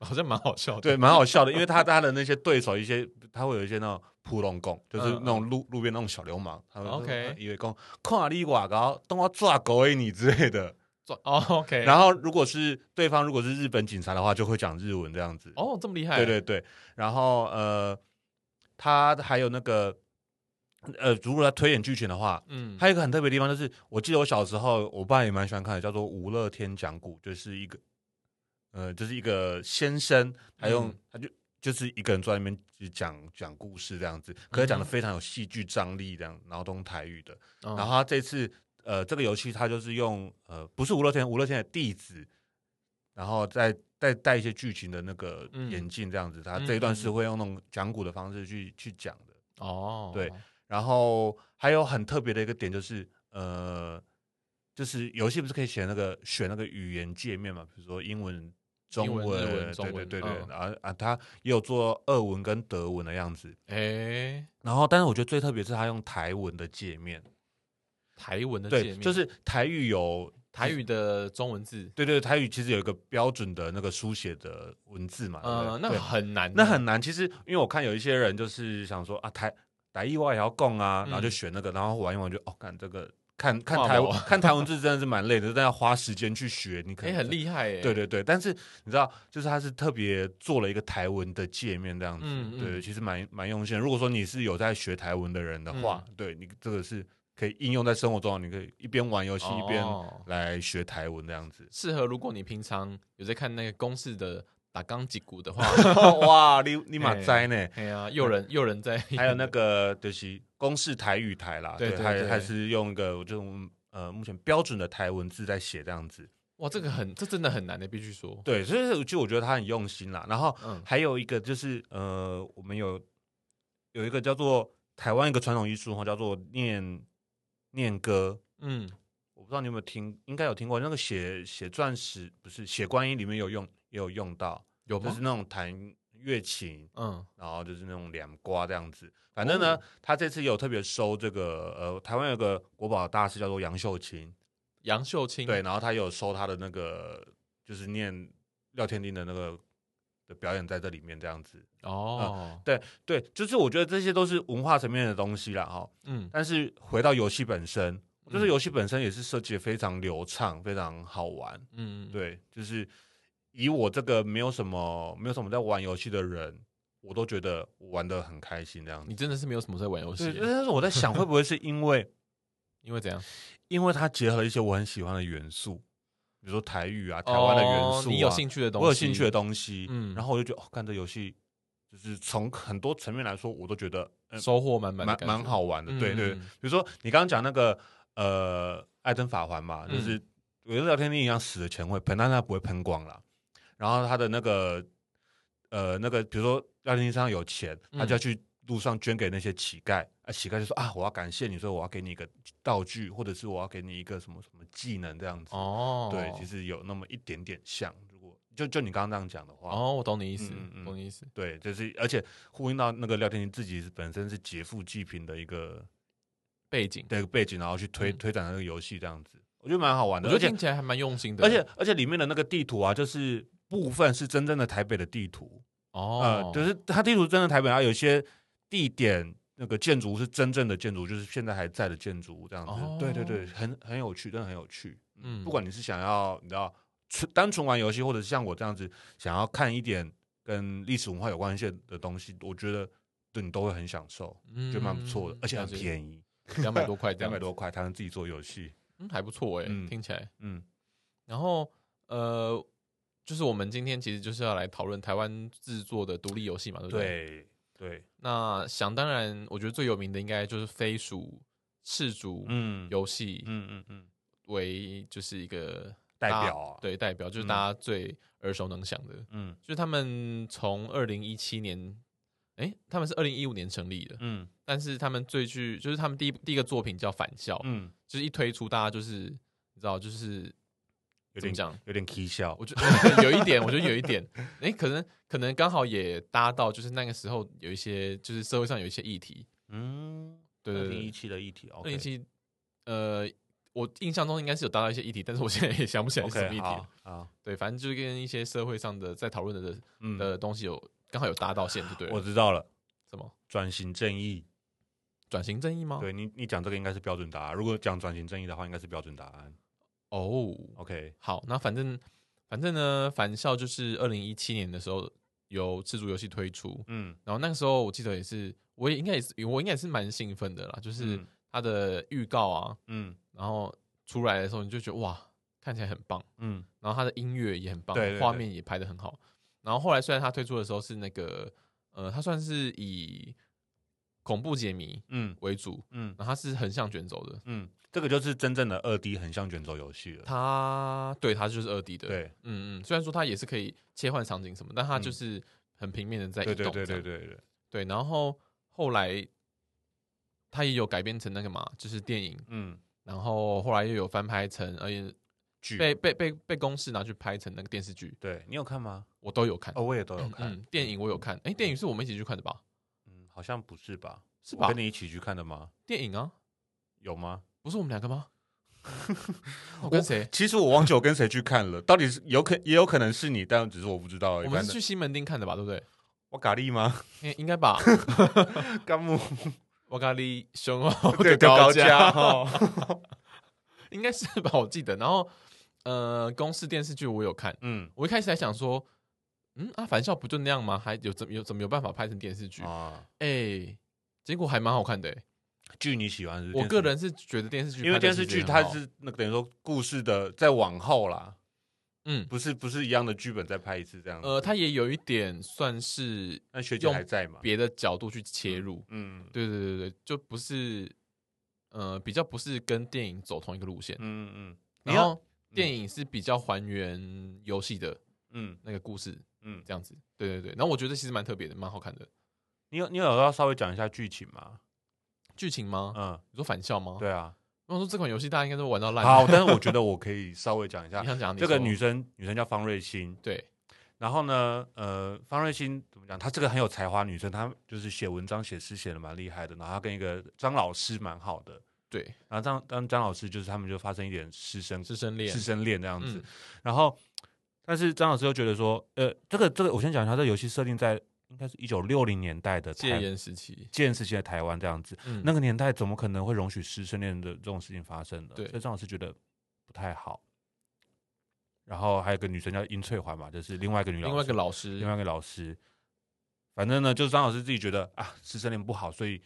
Speaker 1: 好像蛮好笑的，
Speaker 2: 对，蛮好笑的，因为他他的那些对手一些，他会有一些那种扑龙拱，就是
Speaker 1: 嗯
Speaker 2: 那种路路边那种小流氓，他们
Speaker 1: 哦 OK
Speaker 2: 以为讲跨里寡高，等我抓狗欸你之类的。
Speaker 1: 抓，哦，OK，
Speaker 2: 然后如果是对方如果是日本警察的话，就会讲日文 这样子。
Speaker 1: 哦，这么厉害，
Speaker 2: 对，对对，然后呃，他还有那个呃，如果要推演剧情的话，
Speaker 1: 嗯，
Speaker 2: 还有一个很特别的地方，就是我记得我小时候，我爸也蛮喜欢看的，叫做《吴乐天讲古》，就是一个，呃，就是一个先生，他用、
Speaker 1: 嗯
Speaker 2: 他就就是一个人坐在那边就讲讲故事这样子，可是讲的非常有戏剧张力，这样，然后都用台语的。
Speaker 1: 嗯
Speaker 2: 然后他这次呃，这个游戏他就是用呃，不是吴乐天，吴乐天的弟子，然后再再带一些剧情的那个
Speaker 1: 嗯
Speaker 2: 演进，这样子，它
Speaker 1: 嗯
Speaker 2: 这一段
Speaker 1: 嗯
Speaker 2: 是会用那种讲古的方式去去讲的。
Speaker 1: 哦，
Speaker 2: 对然后还有很特别的一个点就是，呃，就是游戏不是可以选那个选那个语言界面嘛，比如说英文、中
Speaker 1: 英文
Speaker 2: 文、
Speaker 1: 日文中
Speaker 2: 对对
Speaker 1: 文
Speaker 2: 对对，
Speaker 1: 嗯
Speaker 2: 然后啊，它也有做俄文跟德文的样子。
Speaker 1: 哎，
Speaker 2: 然后，但是我觉得最特别是它用台文的界面，
Speaker 1: 台文的界
Speaker 2: 对，
Speaker 1: 面
Speaker 2: 就是台语有
Speaker 1: 台语的中文字，
Speaker 2: 对对，台语其实有一个标准的那个书写的文字嘛，
Speaker 1: 呃，
Speaker 2: 对不对
Speaker 1: 那
Speaker 2: 对
Speaker 1: 很难，
Speaker 2: 那很难。其实因为我看有一些人就是想说啊，台台语我也要供啊，然后就
Speaker 1: 嗯
Speaker 2: 选那个，然后玩一玩就哦，看这个看看
Speaker 1: 哇
Speaker 2: 台
Speaker 1: 我
Speaker 2: 看台文字真的是蛮累的，但要花时间去学，你 可
Speaker 1: 哎
Speaker 2: 能
Speaker 1: 很厉害哎，
Speaker 2: 对对对，但是你知道，就是他是特别做了一个台文的界面这样子，
Speaker 1: 嗯嗯
Speaker 2: 对，其实蛮蛮用心的。如果说你是有在学台文的人的话，
Speaker 1: 嗯
Speaker 2: 对你这个是可以应用在生活中，你可以一边玩游戏、一边
Speaker 1: 哦
Speaker 2: 来学台文这样 子。
Speaker 1: 适合如果你平常有在看那个公式的打钢吉鼓的 话，
Speaker 2: 哇，你你马栽呢？
Speaker 1: 哎呀，有人有人在，
Speaker 2: 还有那个就是公式台语台啦，
Speaker 1: 对
Speaker 2: 对，
Speaker 1: 对
Speaker 2: 还
Speaker 1: 对
Speaker 2: 还是用一个我这种呃目前标准的台文字在写这样子。
Speaker 1: 哇，这个很这真的很难的，必须说，
Speaker 2: 对，所以就我觉得他很用心啦。然后
Speaker 1: 嗯
Speaker 2: 还有一个就是呃，我们有有一个叫做台湾一个传统艺术哈，叫做念念歌。
Speaker 1: 嗯，
Speaker 2: 我不知道你有没有听，应该有听过那个写写钻石不是写观音里面有用也有用到，
Speaker 1: 有
Speaker 2: 就
Speaker 1: 吗
Speaker 2: 是？那种弹乐琴，
Speaker 1: 嗯，
Speaker 2: 然后就是那种两瓜这样子。反正呢，
Speaker 1: 哦
Speaker 2: 他这次有特别收这个呃，台湾有个国宝大师叫做杨秀清，
Speaker 1: 杨秀清，
Speaker 2: 对，然后他有收他的那个就是念廖天丁的那个的表演在这里面这样子。
Speaker 1: 哦，
Speaker 2: 对，就是我觉得这些都是文化层面的东西啦哈、
Speaker 1: 嗯
Speaker 2: 但是回到游戏本身，就是游戏本身也是设计的非常流畅，非常好玩。
Speaker 1: 嗯，
Speaker 2: 对，就是以我这个没有什么没有什么在玩游戏的人，我都觉得我玩的很开心这样子。
Speaker 1: 你真的是没有什么在玩游戏
Speaker 2: 对，，但是我在想，会不会是因为
Speaker 1: 因为怎样？
Speaker 2: 因为它结合了一些我很喜欢的元素，比如说台语啊、台湾的元素、啊
Speaker 1: 哦你有兴趣的东西，
Speaker 2: 我有兴趣的东西，
Speaker 1: 嗯
Speaker 2: 然后我就觉得，哦，看这游戏，就是从很多层面来说，我都觉得，嗯、
Speaker 1: 收获满满的
Speaker 2: 蛮
Speaker 1: 感觉，
Speaker 2: 蛮好玩的。
Speaker 1: 嗯
Speaker 2: 对对，
Speaker 1: 嗯
Speaker 2: 比如说你刚刚讲那个呃，艾登法环嘛，
Speaker 1: 嗯
Speaker 2: 就是我觉得聊天钉一样死的钱会喷，但它不会喷光啦。然后它的那个呃那个，比如说廖天钉身上有钱，
Speaker 1: 嗯
Speaker 2: 他就要去路上捐给那些乞丐。啊，乞丐就说啊，我要感谢你，所以我要给你一个道具，或者是我要给你一个什么什么技能这样子。
Speaker 1: 哦，
Speaker 2: 对，其实有那么一点点像。如果就就你刚刚这样讲的话，
Speaker 1: 哦，我懂你意思
Speaker 2: 嗯嗯，嗯
Speaker 1: 懂你意思，
Speaker 2: 对，就是而且呼应到那个廖天丁自己是本身是劫富济贫的一个
Speaker 1: 背景，
Speaker 2: 的一个背景，然后去推、
Speaker 1: 嗯
Speaker 2: 推展那个游戏这样子，我觉得蛮好
Speaker 1: 我
Speaker 2: 玩的。
Speaker 1: 觉
Speaker 2: 而
Speaker 1: 得
Speaker 2: 且
Speaker 1: 听起来还蛮用心的，
Speaker 2: 而且而且里面的那个地图啊，就是部分是真正的台北的地图，
Speaker 1: 哦
Speaker 2: 呃，，就是它地图真的台北，然后有些地点那个建筑物是真正的建筑，就是现在还在的建筑物这样子。
Speaker 1: 哦
Speaker 2: 对对对，很很有趣，真的很有趣。
Speaker 1: 嗯
Speaker 2: 嗯，不管你是想要你知道纯单纯玩游戏，或者是像我这样子想要看一点跟历史文化有关系的东西，我觉得对你都会很享受，
Speaker 1: 嗯
Speaker 2: 就蛮不错的，而且很
Speaker 1: 宜，
Speaker 2: 便宜，
Speaker 1: 嗯两百多块 这样
Speaker 2: 两百
Speaker 1: 子，
Speaker 2: 多块，他能自己做游戏。
Speaker 1: 嗯，还不错哎，
Speaker 2: 嗯
Speaker 1: 听起来。
Speaker 2: 嗯，
Speaker 1: 然后呃，就是我们今天其实就是要来讨论台湾制作的独立游戏嘛，对不对？
Speaker 2: 对对，
Speaker 1: 那想当然，我觉得最有名的应该就是飞鼠赤足
Speaker 2: 嗯，
Speaker 1: 游戏
Speaker 2: 嗯嗯嗯，
Speaker 1: 为就是一个
Speaker 2: 代
Speaker 1: 大
Speaker 2: 表啊，，
Speaker 1: 对代表，就是
Speaker 2: 嗯
Speaker 1: 大家最耳熟能详的，
Speaker 2: 嗯
Speaker 1: 就是他们从二零一七年。哎，他们是二零一五年成立的，
Speaker 2: 嗯
Speaker 1: 但是他们最具就是他们第一第一个作品叫《返校》，
Speaker 2: 嗯，
Speaker 1: 就是一推出大家就是你知道就是
Speaker 2: 有
Speaker 1: 怎么
Speaker 2: 点
Speaker 1: 讲，
Speaker 2: 有点 K 笑
Speaker 1: 我，觉得有一点，我觉得有一点，哎、可能可能刚好也搭到，就是那个时候有一些，就是社会上有一些议题，
Speaker 2: 嗯。
Speaker 1: 对
Speaker 2: 二
Speaker 1: 对
Speaker 2: 零一
Speaker 1: 对，
Speaker 2: 七的议题，
Speaker 1: 二零一七，呃，我印象中应该是有搭到一些议题，但是我现在也想不起来是什
Speaker 2: OK
Speaker 1: 么议题了
Speaker 2: 好，好，
Speaker 1: 对，反正就是跟一些社会上的在讨论的
Speaker 2: 嗯，
Speaker 1: 的东西有刚好有搭到线，就呃对
Speaker 2: 我
Speaker 1: 了，
Speaker 2: 知道了，
Speaker 1: 什么
Speaker 2: 转型正义，
Speaker 1: 转型正义吗？
Speaker 2: 对你你讲这个应该是标准答案，如果讲转型正义的话，应该是标准答案。
Speaker 1: 哦，
Speaker 2: OK，
Speaker 1: 好，那反正反正呢，返校就是二零一七年的时候由自主游戏推出，
Speaker 2: 嗯，
Speaker 1: 然后那个时候我记得也是，我也应该也是，我应该也是蛮兴奋的啦，就是
Speaker 2: 嗯
Speaker 1: 它的预告啊，
Speaker 2: 嗯
Speaker 1: 然后出来的时候你就觉得哇，看起来很棒，
Speaker 2: 嗯
Speaker 1: 然后它的音乐也很棒，
Speaker 2: 对对对
Speaker 1: 画面也拍的很好。然后后来虽然它推出的时候是那个，呃，它算是以恐怖解谜
Speaker 2: 嗯
Speaker 1: 为主，
Speaker 2: 嗯
Speaker 1: 然后它是横向卷轴的，
Speaker 2: 嗯，这个就是真正的二 D 横向卷轴游戏了。
Speaker 1: 它对它就是二 D 的，，
Speaker 2: 对嗯
Speaker 1: 嗯嗯，虽然说它也是可以切换场景什么，但它就是很平面的在移
Speaker 2: 对
Speaker 1: 动这
Speaker 2: 对
Speaker 1: 样，
Speaker 2: 对对对对，
Speaker 1: 对然后后来它也有改编成那个嘛，就是电影，
Speaker 2: 嗯，
Speaker 1: 然后后来又有翻拍成，而且
Speaker 2: 剧
Speaker 1: 被被被被公式拿去拍成那个电视剧，
Speaker 2: 对你有看吗？
Speaker 1: 我都有看。
Speaker 2: 哦，我也都有看。
Speaker 1: 嗯，电影我有看，哎，电影是我们一起去看的吧？
Speaker 2: 嗯，好像不是吧？
Speaker 1: 是
Speaker 2: 我
Speaker 1: 吧
Speaker 2: 跟？你一起去看的吗？
Speaker 1: 电影啊，
Speaker 2: 有吗？
Speaker 1: 不是我们两个吗？我跟谁？
Speaker 2: 其实我忘记我跟谁去看了，到底是有可也有可能是你，但只是我不知道而已。
Speaker 1: 我们是
Speaker 2: 反正
Speaker 1: 去西门町看的吧？对不对？
Speaker 2: 我咖喱吗？
Speaker 1: 应应该吧？
Speaker 2: 干木
Speaker 1: 我咖喱 熊猫
Speaker 2: 对
Speaker 1: 的
Speaker 2: 对高
Speaker 1: 价
Speaker 2: 价，哦。
Speaker 1: 应该是吧？我记得。然后，呃，公式电视剧我有看，
Speaker 2: 嗯
Speaker 1: 我一开始还想说，嗯，啊，返校不就那样吗？还有怎么有怎么有办法拍成电视剧？
Speaker 2: 啊，
Speaker 1: 哎、结果还蛮好看的、哎欸
Speaker 2: 剧你喜欢是不是
Speaker 1: 我个，人是觉得电视剧
Speaker 2: 因为
Speaker 1: 拍得
Speaker 2: 电视
Speaker 1: 其实也
Speaker 2: 剧
Speaker 1: 很
Speaker 2: 它
Speaker 1: 好
Speaker 2: 是那个等于说故事的再往后啦，
Speaker 1: 嗯
Speaker 2: 不是不是一样的剧本再拍一次这样。
Speaker 1: 呃，它也有一点算是
Speaker 2: 那学姐
Speaker 1: 用
Speaker 2: 还在嘛？
Speaker 1: 别的角度去切入，
Speaker 2: 嗯
Speaker 1: 对对对对，就不是呃比较不是跟电影走同一个路线，
Speaker 2: 嗯嗯，你
Speaker 1: 然
Speaker 2: 要
Speaker 1: 后电影是比较还原游戏的
Speaker 2: 嗯
Speaker 1: 那个故事
Speaker 2: 嗯，
Speaker 1: 这样子，对对对，然后我觉得其实蛮特别的，蛮好看的
Speaker 2: 你有你有要稍微讲一下剧情吗？
Speaker 1: 剧情吗？
Speaker 2: 嗯，
Speaker 1: 你说返校吗？
Speaker 2: 对啊。
Speaker 1: 我想说这款游戏大家应该都玩到烂，
Speaker 2: 好，但是我 觉得我可以稍微讲一下
Speaker 1: 你，想讲你
Speaker 2: 这个
Speaker 1: 说
Speaker 2: 女生女生叫方瑞欣，
Speaker 1: 对
Speaker 2: 然后呢，呃，方瑞欣怎么讲？她这个很有才华女生，她就是写文章、写诗写的蛮厉害的。然后她跟一个张老师蛮好的，
Speaker 1: 对
Speaker 2: 然后张张张老师就是他们就发生一点师生
Speaker 1: 师生恋
Speaker 2: 师，生恋这样子。
Speaker 1: 嗯
Speaker 2: 然后，但是张老师又觉得说，呃，这个这个，我先讲一下，这个游戏设定在应该是一九六零年代的
Speaker 1: 戒
Speaker 2: 台
Speaker 1: 严时期，
Speaker 2: 戒严时期的台湾这样子。
Speaker 1: 嗯，
Speaker 2: 那个年代怎么可能会容许师生恋的这种事情发生呢？
Speaker 1: 对
Speaker 2: 所以张老师觉得不太好。然后还有个女生叫殷翠环嘛，就是另外一个女老师，
Speaker 1: 另外一个老师
Speaker 2: 另外一个老师，反正呢，就是张老师自己觉得啊，师生恋不好，所以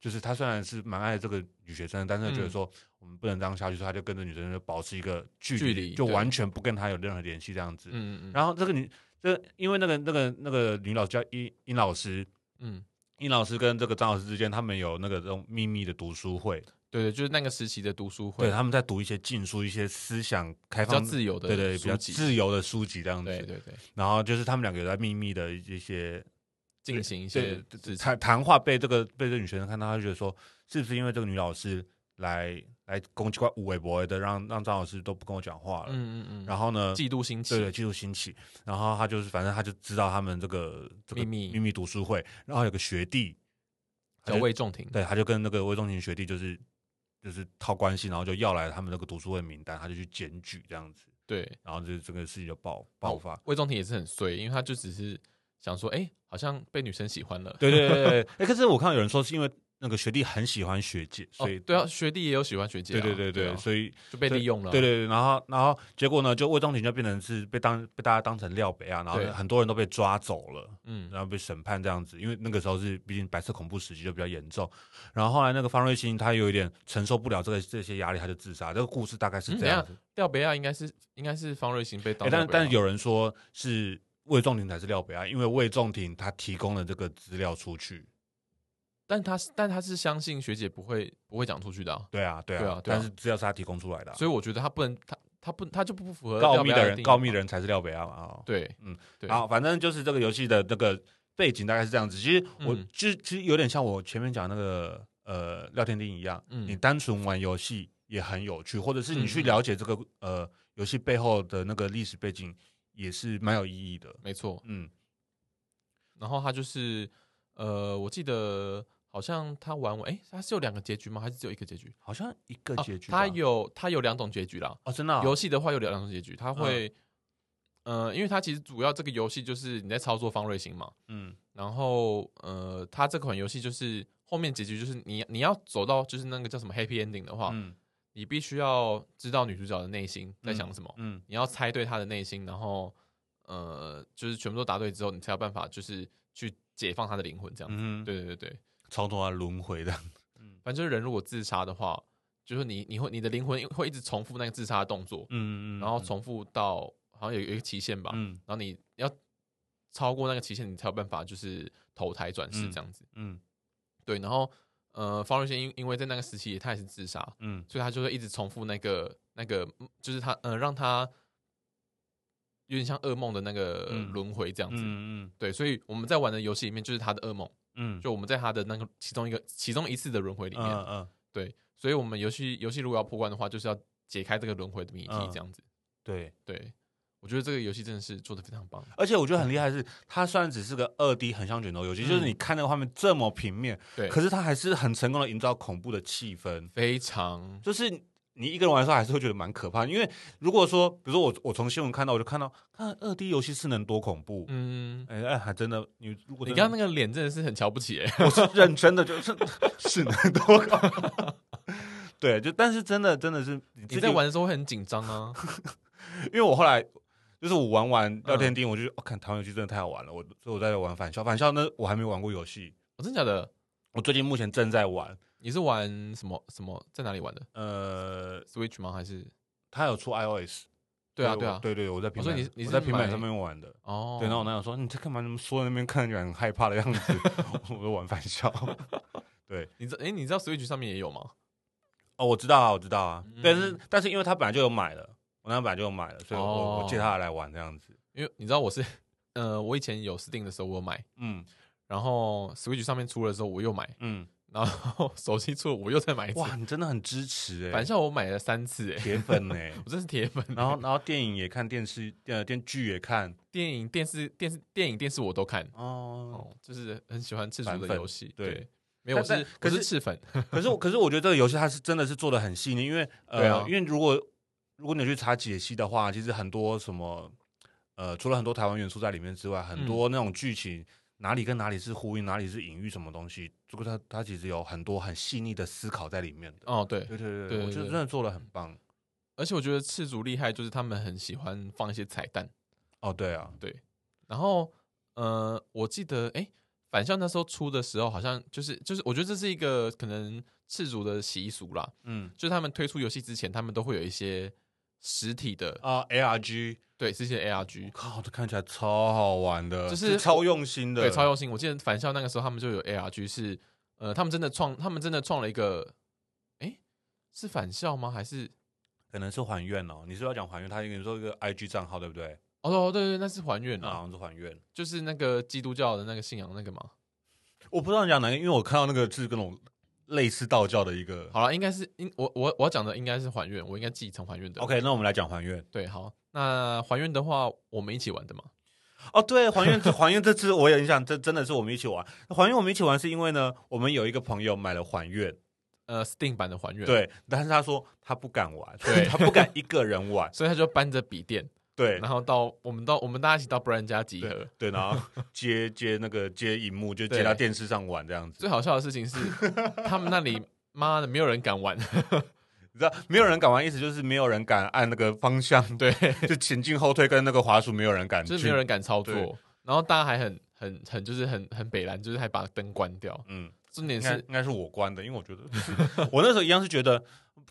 Speaker 2: 就是他虽然是蛮爱这个女学生，但是
Speaker 1: 嗯
Speaker 2: 觉得说我们不能这样下去，所以他就跟着女生就保持一个距
Speaker 1: 距
Speaker 2: 离，
Speaker 1: 离
Speaker 2: 就
Speaker 1: 对
Speaker 2: 完全不跟她有任何联系这样子。
Speaker 1: 嗯嗯嗯，
Speaker 2: 然后这个女，这因为那个那个那个女老师叫殷殷老师，
Speaker 1: 嗯，
Speaker 2: 殷老师跟这个张老师之间，他们有那个这种秘密的读书会，
Speaker 1: 对对，就是那个时期的读书会
Speaker 2: 对，，他们在读一些禁书、一些思想开
Speaker 1: 比较
Speaker 2: 放。
Speaker 1: 自由的
Speaker 2: 对对，比较
Speaker 1: 书籍，
Speaker 2: 自由的书籍这样
Speaker 1: 对
Speaker 2: 子，
Speaker 1: 对对，
Speaker 2: 然后就是他们两个有在秘密的一些
Speaker 1: 进行一些
Speaker 2: 对
Speaker 1: 事情，
Speaker 2: 谈谈话被这个被这个女学生看到，她就觉得说，是不是因为这个女老师来来攻击怪无微博的，让让张老师都不跟我讲话了。
Speaker 1: 嗯嗯嗯，
Speaker 2: 然后呢，
Speaker 1: 嫉妒心
Speaker 2: 对对，
Speaker 1: 起，
Speaker 2: 嫉妒心起，然后她就是反正她就知道他们这个这
Speaker 1: 秘
Speaker 2: 个
Speaker 1: 密
Speaker 2: 秘密读书会，然后有个学弟，她
Speaker 1: 叫
Speaker 2: 就
Speaker 1: 魏仲廷，
Speaker 2: 对，他就跟那个魏忠勤学弟就是就是套关系，然后就要来他们那个读书会名单，他就去检举这样子，
Speaker 1: 对，
Speaker 2: 然后就这个事情就爆爆发。
Speaker 1: 魏仲廷也是很衰，因为他就只是想说，哎，好像被女生喜欢了，
Speaker 2: 对对对对， 哎、可是我看到有人说是因为那个学弟很喜欢学姐，所以、
Speaker 1: 哦，对啊，学弟也有喜欢学姐
Speaker 2: 对
Speaker 1: 啊，
Speaker 2: 对对对，
Speaker 1: 啊
Speaker 2: 所以
Speaker 1: 就被利用了，
Speaker 2: 对对对，然后然后结果呢，就魏忠廷就变成是被当被大家当成料北啊，然后
Speaker 1: 对
Speaker 2: 很多人都被抓走了，
Speaker 1: 嗯，
Speaker 2: 然后被审判这样子，因为那个时候是毕竟白色恐怖时期就比较严重，然后后来那个方瑞欣他有一点承受不了这个这些压力，他就自杀。这个故事大概是
Speaker 1: 嗯
Speaker 2: 这样子，
Speaker 1: 廖北亚应该是应该是方瑞欣被
Speaker 2: 诶
Speaker 1: 当廖
Speaker 2: 但
Speaker 1: 北亚，
Speaker 2: 但有人说是魏仲廷才是廖北啊，因为魏仲廷他提供了这个资料出去，
Speaker 1: 但他是但他是相信学姐不会不会讲出去的啊，
Speaker 2: 对啊对啊，
Speaker 1: 对啊对啊
Speaker 2: 但是资料是他提供出来的啊、
Speaker 1: 所以我觉得他不能他他不他就不符合
Speaker 2: 告
Speaker 1: 廖北
Speaker 2: 密
Speaker 1: 亚
Speaker 2: 的
Speaker 1: 定
Speaker 2: 人
Speaker 1: 义
Speaker 2: 告密
Speaker 1: 嘛
Speaker 2: 的人才是廖北啊嘛。哦
Speaker 1: 对，
Speaker 2: 嗯，
Speaker 1: 对，
Speaker 2: 好，反正就是这个游戏的那个背景大概是这样子。其实我、
Speaker 1: 嗯
Speaker 2: 其实其实有点像我前面讲那个呃廖天丁一样，
Speaker 1: 嗯
Speaker 2: 你单纯玩游戏也很有趣，或者是你去
Speaker 1: 嗯嗯
Speaker 2: 了解这个、呃游戏背后的那个历史背景，也是蛮有意义的。
Speaker 1: 没错，
Speaker 2: 嗯，
Speaker 1: 然后他就是呃，我记得好像他玩完，哎，他是有两个结局吗？还是只有一个结局？啊
Speaker 2: 好像一个结局吧、
Speaker 1: 哦他有他有两种结局啦。
Speaker 2: 哦，真的啊、啊
Speaker 1: 游戏的话有两种结局，他会，呃，因为它其实主要这个游戏就是你在操作方瑞星嘛，
Speaker 2: 嗯
Speaker 1: 然后呃，它这款游戏就是后面结局就是你你要走到就是那个叫什么 happy ending 的话，
Speaker 2: 嗯
Speaker 1: 你必须要知道女主角的内心在想什么，
Speaker 2: 嗯
Speaker 1: 你要猜对她的内心，然后呃，就是全部都答对之后，你才有办法就是去解放她的灵魂这样子。
Speaker 2: 嗯，，
Speaker 1: 对对对对，
Speaker 2: 超脱啊轮回的，
Speaker 1: 反正就是人如果自杀的话，就是你你会你的灵魂会一直重复那个自杀的动作，
Speaker 2: 嗯嗯，
Speaker 1: 然后重复到好像有有一个期限吧，
Speaker 2: 嗯
Speaker 1: 然后你要超过那个期限，你才有办法就是投胎转世这样子。
Speaker 2: 嗯
Speaker 1: 对，然后呃，方瑞先因因为在那个时期他也是自杀，
Speaker 2: 嗯
Speaker 1: 所以他就会一直重复那个那个，嗯就是他呃，让他有点像噩梦的那个
Speaker 2: 嗯
Speaker 1: 轮回这样
Speaker 2: 嗯
Speaker 1: 子。
Speaker 2: 嗯
Speaker 1: 对，所以我们在玩的游戏里面就是他的噩梦，
Speaker 2: 嗯，
Speaker 1: 就我们在他的那个其中一个其中一次的轮回里面。
Speaker 2: 嗯嗯，
Speaker 1: 对，所以我们游戏游戏如果要破关的话，就是要解开这个轮回的谜题
Speaker 2: 嗯
Speaker 1: 这样子。
Speaker 2: 对。
Speaker 1: 对，我觉得这个游戏真的是做的非常棒。
Speaker 2: 而且我觉得很厉害的是，它虽然只是个二 D 横向卷轴游戏，
Speaker 1: 嗯
Speaker 2: 就是你看那个画面这么平面，
Speaker 1: 对，
Speaker 2: 可是它还是很成功的营造恐怖的气氛。
Speaker 1: 非常
Speaker 2: 就是你一个人玩的时候，还是会觉得蛮可怕的。因为如果说，比如说我我从新闻看到，我就看到看二 D 游戏是能多恐怖。
Speaker 1: 嗯，
Speaker 2: 哎哎，还真的，你如果
Speaker 1: 你
Speaker 2: 真
Speaker 1: 刚刚
Speaker 2: 的
Speaker 1: 那个脸真的是很瞧不起、 欸，
Speaker 2: 我是认真的，就是 是能多恐怖。 对，就但是真的真的是你自
Speaker 1: 你
Speaker 2: 己
Speaker 1: 在，玩的时候会很紧张啊。
Speaker 2: 因为我后来就是我玩完
Speaker 1: 嗯
Speaker 2: 聊天钉，我就哦，看台湾游戏真的太好玩了，我所以我在玩返校，返校呢我还没玩过游戏，
Speaker 1: 我、真的假的？
Speaker 2: 我最近目前正在玩，
Speaker 1: 你是玩什么什么在哪里玩的
Speaker 2: 呃，
Speaker 1: ？Switch 吗？还是
Speaker 2: 它有出 iOS，
Speaker 1: 对啊
Speaker 2: 我
Speaker 1: 对啊
Speaker 2: 对对，我在
Speaker 1: 哦
Speaker 2: 平
Speaker 1: 所以
Speaker 2: 板
Speaker 1: 你你
Speaker 2: 我
Speaker 1: 是
Speaker 2: 在平板
Speaker 1: 买
Speaker 2: 上面玩的，
Speaker 1: 哦，
Speaker 2: 对，然后我男友说你在干嘛？你们缩在那边看起来很害怕的样子， 我就玩反校。对，
Speaker 1: 你知哎、你知道 Switch 上面也有吗？
Speaker 2: 哦，我知道啊，我知道啊，但是
Speaker 1: 嗯
Speaker 2: 但是因为他本来就有买了，我男友本来就有买了，所以我、我借
Speaker 1: 哦
Speaker 2: 他来玩这样子。
Speaker 1: 因为你知道我是呃，我以前有 Steam 的时候我有买，
Speaker 2: 嗯
Speaker 1: 然后 Switch 上面出了的时候我又买，
Speaker 2: 嗯，
Speaker 1: 然后 手机出了我又再买一次。
Speaker 2: 哇，你真的很支持哎、
Speaker 1: 反正我买了三次哎、
Speaker 2: 铁粉哎、
Speaker 1: 我真是铁粉。
Speaker 2: 然后然后电影也看，电视呃电剧也看
Speaker 1: 电影、电视、电视、电影、电视我都看，
Speaker 2: 哦。
Speaker 1: 哦，就是很喜欢赤足
Speaker 2: 反
Speaker 1: 的
Speaker 2: 粉
Speaker 1: 游戏。
Speaker 2: 对
Speaker 1: 对，没有，我
Speaker 2: 但
Speaker 1: 是
Speaker 2: 但可
Speaker 1: 可是
Speaker 2: 是
Speaker 1: 赤粉。
Speaker 2: 可是我可是我觉得这个游戏它是真的是做的很细腻，因为
Speaker 1: 对
Speaker 2: 呃、
Speaker 1: 啊
Speaker 2: 因为如果如果你有去查解析的话，其实很多什么呃，除了很多台湾元素在里面之外，
Speaker 1: 嗯
Speaker 2: 很多那种剧情、哪里跟哪里是呼应，哪里是隐喻什么东西，这个它它其实有很多很细腻的思考在里面的。
Speaker 1: 哦，对，
Speaker 2: 对对对
Speaker 1: 对对
Speaker 2: 我觉得
Speaker 1: 对
Speaker 2: 真的做的很棒。
Speaker 1: 而且我觉得赤足厉害就是他们很喜欢放一些彩蛋。
Speaker 2: 哦，对啊，
Speaker 1: 然后，呃，我记得，哎，反校那时候出的时候，好像就是就是，我觉得这是一个可能赤足的习俗啦，
Speaker 2: 嗯
Speaker 1: 就是他们推出游戏之前，他们都会有一些实体的，
Speaker 2: 啊、a r g
Speaker 1: 对，是一些 ARG，
Speaker 2: 靠，这看起来超好玩的，
Speaker 1: 就是
Speaker 2: 是超用心的，
Speaker 1: 对，超用心。我记得反校那个时候，他们就有 ARG 是，呃，他们真的创，他们真的创了一个，哎，是反校吗？还是？
Speaker 2: 可能是还愿哦。你是不是要讲还愿，他跟你说一个 IG 账号对不对？
Speaker 1: 哦，对对对，那是还愿
Speaker 2: 那好
Speaker 1: 啊，
Speaker 2: 像是还愿。
Speaker 1: 就是那个基督教的那个信仰那个嘛。
Speaker 2: 我不知道你讲哪个，因为我看到那个是各种类似道教的一个。
Speaker 1: 好了，应该是应我我我要讲的应该是还愿，我应该继承还愿的。
Speaker 2: OK，那我们来讲还愿
Speaker 1: 对，好，那还愿的话，我们一起玩的嘛。
Speaker 2: 哦，对，还 愿还愿这次我有印象，这真的是我们一起玩还愿。我们一起玩是因为呢，我们有一个朋友买了还愿，
Speaker 1: 呃，Steam 版的还愿，，
Speaker 2: 对，但是他说他不敢玩，
Speaker 1: 对
Speaker 2: 他不敢一个人玩，
Speaker 1: 所以他就搬着笔电，
Speaker 2: 对
Speaker 1: 然后到我们到我们大家一起到 Brian 家集合
Speaker 2: 对。对，然后接接那个接荧幕，就接
Speaker 1: 对
Speaker 2: 到电视上玩这样子
Speaker 1: 最。好笑的事 情是，他们那里妈的没有人敢玩，
Speaker 2: 你知道，没有人敢玩，意思就是没有人敢按那个方向，
Speaker 1: 对，
Speaker 2: 就前进后退跟那个滑鼠，没有人敢，
Speaker 1: 就是没有人，敢操
Speaker 2: 对
Speaker 1: 作。然后大家还很很很就是很很北蓝，就是还把灯关掉。
Speaker 2: 嗯。
Speaker 1: 重点
Speaker 2: 应该
Speaker 1: 是，
Speaker 2: 应该是我关的，因为我觉得我那时候一样是 觉得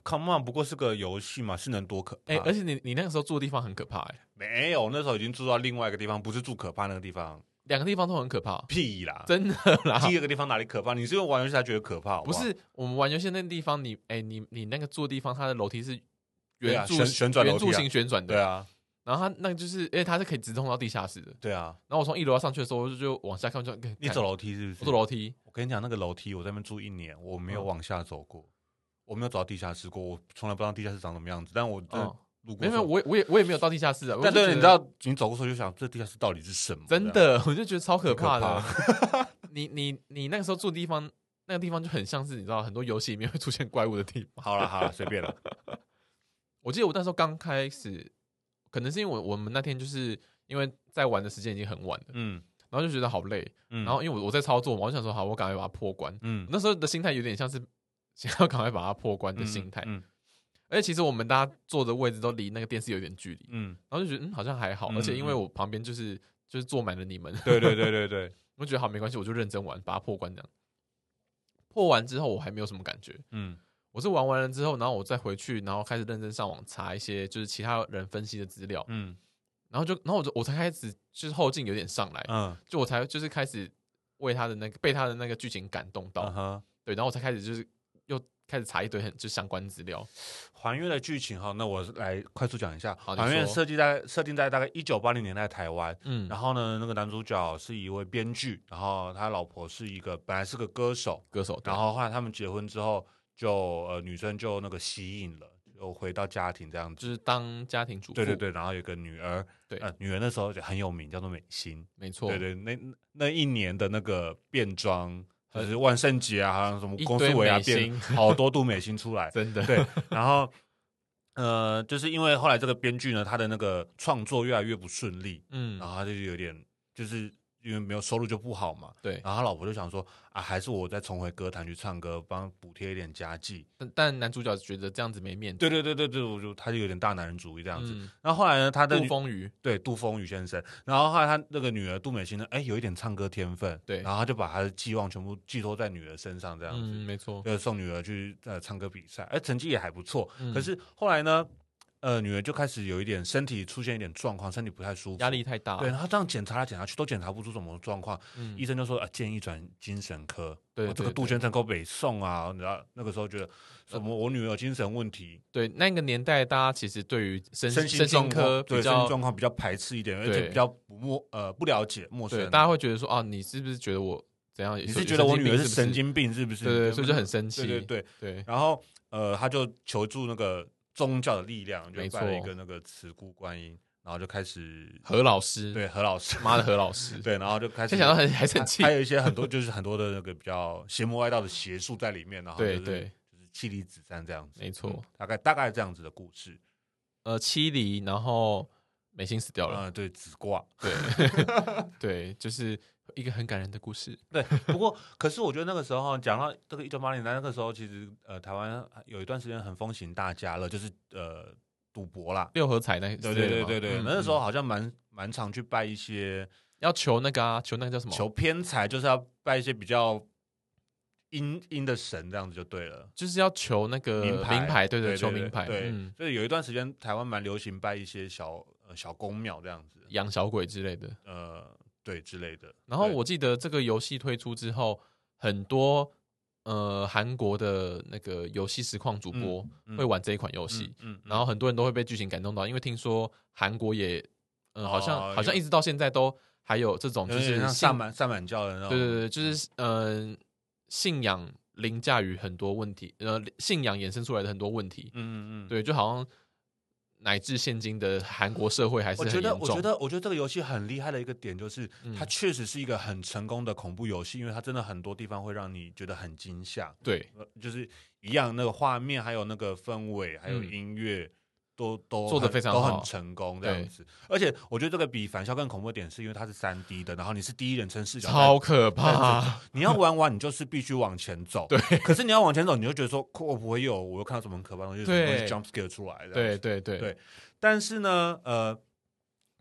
Speaker 2: ，Come on，不过是个游戏嘛，是能多可怕？
Speaker 1: 哎、而且你你那个时候住的地方很可怕、哎，
Speaker 2: 没有，那时候已经住到另外一个地方，不是住可怕那个地方，
Speaker 1: 两个地方都很可怕，
Speaker 2: 屁啦！
Speaker 1: 真的啦。
Speaker 2: 第二个地方哪里可怕？你是因为玩游戏才觉得可怕好
Speaker 1: 不
Speaker 2: 好
Speaker 1: 是我们玩游戏那个地方，你哎、你你那个坐地方，它的楼梯是
Speaker 2: 对
Speaker 1: 圆
Speaker 2: 啊
Speaker 1: 柱、
Speaker 2: 旋旋转楼
Speaker 1: 圆
Speaker 2: 梯啊
Speaker 1: 柱形旋转的
Speaker 2: 对，啊，
Speaker 1: 然后它那个就是，因为它是可以直通到地下室的。
Speaker 2: 对啊，
Speaker 1: 然后我从一楼要上去的时候，我就就往下看，就
Speaker 2: 你走，楼梯是不
Speaker 1: 看
Speaker 2: 是？
Speaker 1: 我走楼梯，
Speaker 2: 我跟你讲，那个楼梯我在那边住一年，我没有
Speaker 1: 嗯
Speaker 2: 往下走过，我没有走到地下室过，我从来不知道地下室长什么样子，但我真的
Speaker 1: 哦
Speaker 2: 路过
Speaker 1: 没
Speaker 2: 的
Speaker 1: 有没
Speaker 2: 时候。
Speaker 1: 有，我也我也我也没有到地下室啊。我
Speaker 2: 但
Speaker 1: 就觉
Speaker 2: 对，
Speaker 1: 得
Speaker 2: 你知道，你走过时候就想，这地下室到底是什么？
Speaker 1: 真
Speaker 2: 这样，
Speaker 1: 的，我就觉得超可怕的。
Speaker 2: 很
Speaker 1: 你你你那个时候住的地方，那个地方就很像是你知道很多游戏里面会出现怪物的地方。
Speaker 2: 好了好了，随 便了。
Speaker 1: 我记得我那时候刚开始，可能是因为我我们那天就是因为在玩的时间已经很晚了，
Speaker 2: 嗯
Speaker 1: 然后就觉得好累，
Speaker 2: 嗯，
Speaker 1: 然后因为我我在操作嘛，我就想说好，我赶快把它破关。
Speaker 2: 嗯
Speaker 1: 那时候的心态有点像是想要赶快把它破关的
Speaker 2: 嗯
Speaker 1: 心态，
Speaker 2: 嗯
Speaker 1: 而且其实我们大家坐的位置都离那个电视有点距离，
Speaker 2: 嗯，
Speaker 1: 然后就觉得嗯好像还好，
Speaker 2: 嗯
Speaker 1: 而且因为
Speaker 2: 嗯
Speaker 1: 我旁边就是就是坐满了你们，
Speaker 2: 对对对对对，
Speaker 1: 我觉得好没关系，我就认真玩，把它破关这样。破完之后我还没有什么感觉，
Speaker 2: 嗯
Speaker 1: 我是玩完了之后，然后我再回去，然后开始认真上网查一些就是其他人分析的资料，
Speaker 2: 嗯
Speaker 1: 然后就然后我就我才开始就是后劲有点上来，
Speaker 2: 嗯
Speaker 1: 就我才就是开始为他的那个被他的那个剧情感动到，
Speaker 2: 嗯哼，
Speaker 1: 对，然后我才开始就是又开始查一堆很就相关资料，
Speaker 2: 还原的剧情哈，那我来快速讲一下。
Speaker 1: 好你
Speaker 2: 还原
Speaker 1: 说
Speaker 2: 设计在设定在大概一九八零年代台湾，
Speaker 1: 嗯，
Speaker 2: 然
Speaker 1: 后
Speaker 2: 后呢，那个男主角是一位编剧，然后他老婆是一个本来是个歌手，
Speaker 1: 歌手，
Speaker 2: 然后后来他们结婚之后就，呃女生就那个吸引了，就回到家庭这样子。
Speaker 1: 就是当家庭主妇，
Speaker 2: 对对，对，然后有个女儿，
Speaker 1: 对
Speaker 2: 呃，女儿那时候就很有名，叫做美心。
Speaker 1: 没错，
Speaker 2: 对对，那那一年的那个变装，就
Speaker 1: 呃
Speaker 2: 是万圣节啊，好像什么
Speaker 1: 一
Speaker 2: 公
Speaker 1: 堆
Speaker 2: 司维亚
Speaker 1: 美
Speaker 2: 变，
Speaker 1: 心
Speaker 2: 好多度美心 出来。
Speaker 1: 真的，
Speaker 2: 对，然后呃，就是因为后来这个编剧呢，他的那个创作越来越不顺利，
Speaker 1: 嗯
Speaker 2: 然，后他就有点就是因为没有收入就不好嘛，
Speaker 1: 对，
Speaker 2: 然后他老婆就想说啊，还是我再重回歌坛去唱歌，帮补贴一点家计。
Speaker 1: 但但男主角觉得这样子没面子，
Speaker 2: 对嗯对对对对，我就他就有点大男人主义
Speaker 1: 这
Speaker 2: 这样子。
Speaker 1: 子，
Speaker 2: 然后后来呢，他的
Speaker 1: 嗯杜
Speaker 2: 女
Speaker 1: 风雨，
Speaker 2: 对杜峰宇先生，然后后来他那个女儿杜美心呢，哎，有一点唱歌天分，
Speaker 1: 对
Speaker 2: 然后他就把他的寄望全部寄托在女儿身上这样子。
Speaker 1: 嗯，没错，
Speaker 2: 呃，送女儿去呃唱歌比赛，哎、成绩也还不错。
Speaker 1: 嗯
Speaker 2: 可是后来呢，呃，女儿就开始有一点身体出现一点状况，身体不太舒服，
Speaker 1: 压力太大，
Speaker 2: 对，然后这样检查来检查去都检查不出什么状况，
Speaker 1: 啊嗯
Speaker 2: 医生就说啊、建议转精神科。哦
Speaker 1: 对
Speaker 2: 我这
Speaker 1: 对
Speaker 2: 个杜
Speaker 1: 对呃
Speaker 2: 鹃城口北宋啊，然后那个时候觉得什么我女儿有精神问题，
Speaker 1: 对，那个年代大家其实对于身
Speaker 2: 身
Speaker 1: 身
Speaker 2: 状
Speaker 1: 心科
Speaker 2: 况对
Speaker 1: 比
Speaker 2: 身心
Speaker 1: 较
Speaker 2: 状况比较排斥一点，而且
Speaker 1: 对
Speaker 2: 比较不陌呃不了解陌生
Speaker 1: 对，。大家会觉得说啊，你是不是觉得我怎样？
Speaker 2: 你
Speaker 1: 有
Speaker 2: 是
Speaker 1: 有
Speaker 2: 觉得我
Speaker 1: 病
Speaker 2: 女儿
Speaker 1: 是不是
Speaker 2: 神？经病是不是？
Speaker 1: 对对对，所以就很
Speaker 2: 生
Speaker 1: 生气。
Speaker 2: 对对对，
Speaker 1: 对
Speaker 2: 然后呃，他就求助那个宗教的力量，就
Speaker 1: 没
Speaker 2: 拜了一
Speaker 1: 错
Speaker 2: 个那个慈姑观音，然后就开始
Speaker 1: 何老师，，
Speaker 2: 对何老师，
Speaker 1: 妈的何老师，
Speaker 2: 对，然后就开始
Speaker 1: 现在想到很 还生气
Speaker 2: 还。有一些很多就是很多的那个比较邪魔歪道的邪术在里面，然后
Speaker 1: 对
Speaker 2: 就是
Speaker 1: 对，
Speaker 2: 就是妻离子散这样子，
Speaker 1: 没错
Speaker 2: 嗯大概大概这样子的故事，
Speaker 1: 呃，七离，然后美心死掉了。
Speaker 2: 嗯，对，子卦， 嗯
Speaker 1: 对对，就是一个很感人的故事。
Speaker 2: 对，不过可是我觉得那个时候讲到这个一九八零年代，那个时候其实呃台湾有一段时间很风行大家乐，就是呃赌博啦。
Speaker 1: 六合彩那
Speaker 2: 对
Speaker 1: 之类的
Speaker 2: 对对
Speaker 1: 吗
Speaker 2: 对对，
Speaker 1: 嗯
Speaker 2: 那时候
Speaker 1: 嗯
Speaker 2: 好像蛮蛮常去拜一些
Speaker 1: 要求那个啊，求那个叫什么？
Speaker 2: 求偏财，就是要拜一些比较阴阴的神，这样子就对了。
Speaker 1: 就是要求那个
Speaker 2: 名牌，
Speaker 1: 对
Speaker 2: 对，
Speaker 1: 求名牌，
Speaker 2: 对，
Speaker 1: 嗯，
Speaker 2: 所以有一段时间台湾蛮流行拜一些小呃小宫庙这样子，
Speaker 1: 养小鬼之类的。
Speaker 2: 呃，对之类的。
Speaker 1: 然后
Speaker 2: 对
Speaker 1: 我记得这个游戏推出之后，很多呃韩国的那个游戏实况主播
Speaker 2: 嗯
Speaker 1: 会玩这一款游戏，，
Speaker 2: 嗯，嗯
Speaker 1: 然后很多人都会被剧情感动到，因为听说韩国也嗯、呃好像、
Speaker 2: 哦
Speaker 1: 好像
Speaker 2: 有
Speaker 1: 一直到现在都还有这种就
Speaker 2: 有点
Speaker 1: 是
Speaker 2: 像
Speaker 1: 信
Speaker 2: 上满上满教的那种，
Speaker 1: 对对对，就是嗯、呃信仰凌驾于很多问题，呃信仰衍生出来的很多问题，
Speaker 2: 嗯，嗯嗯嗯。
Speaker 1: 对，就好像乃至现今的韩国社会还是
Speaker 2: 我
Speaker 1: 很
Speaker 2: 觉
Speaker 1: 严
Speaker 2: 得，
Speaker 1: 重，
Speaker 2: 我觉得，我觉得这个游戏很厉害的一个点就是，
Speaker 1: 嗯
Speaker 2: 它确实是一个很成功的恐怖游戏，因为它真的很多地方会让你觉得很惊吓，
Speaker 1: 对。
Speaker 2: 呃就是一样那个画面，还有那个氛围，还有
Speaker 1: 嗯
Speaker 2: 音乐，都都
Speaker 1: 做得
Speaker 2: 很
Speaker 1: 非常
Speaker 2: 都
Speaker 1: 好
Speaker 2: 很成功这样
Speaker 1: 对
Speaker 2: 子。而且我觉得这个比返校更恐怖的点，是因为它是三 D 的，然后你是第一人称视角，
Speaker 1: 超可
Speaker 2: 但
Speaker 1: 怕！
Speaker 2: 你要玩完，你就是必须往前走。
Speaker 1: 对，
Speaker 2: 可是你要往前走，你就觉得说，我不会有，我又看到什么很可怕的东西，什么东西
Speaker 1: 对
Speaker 2: jump scare 出来的。
Speaker 1: 对，对对
Speaker 2: 对但是呢，呃，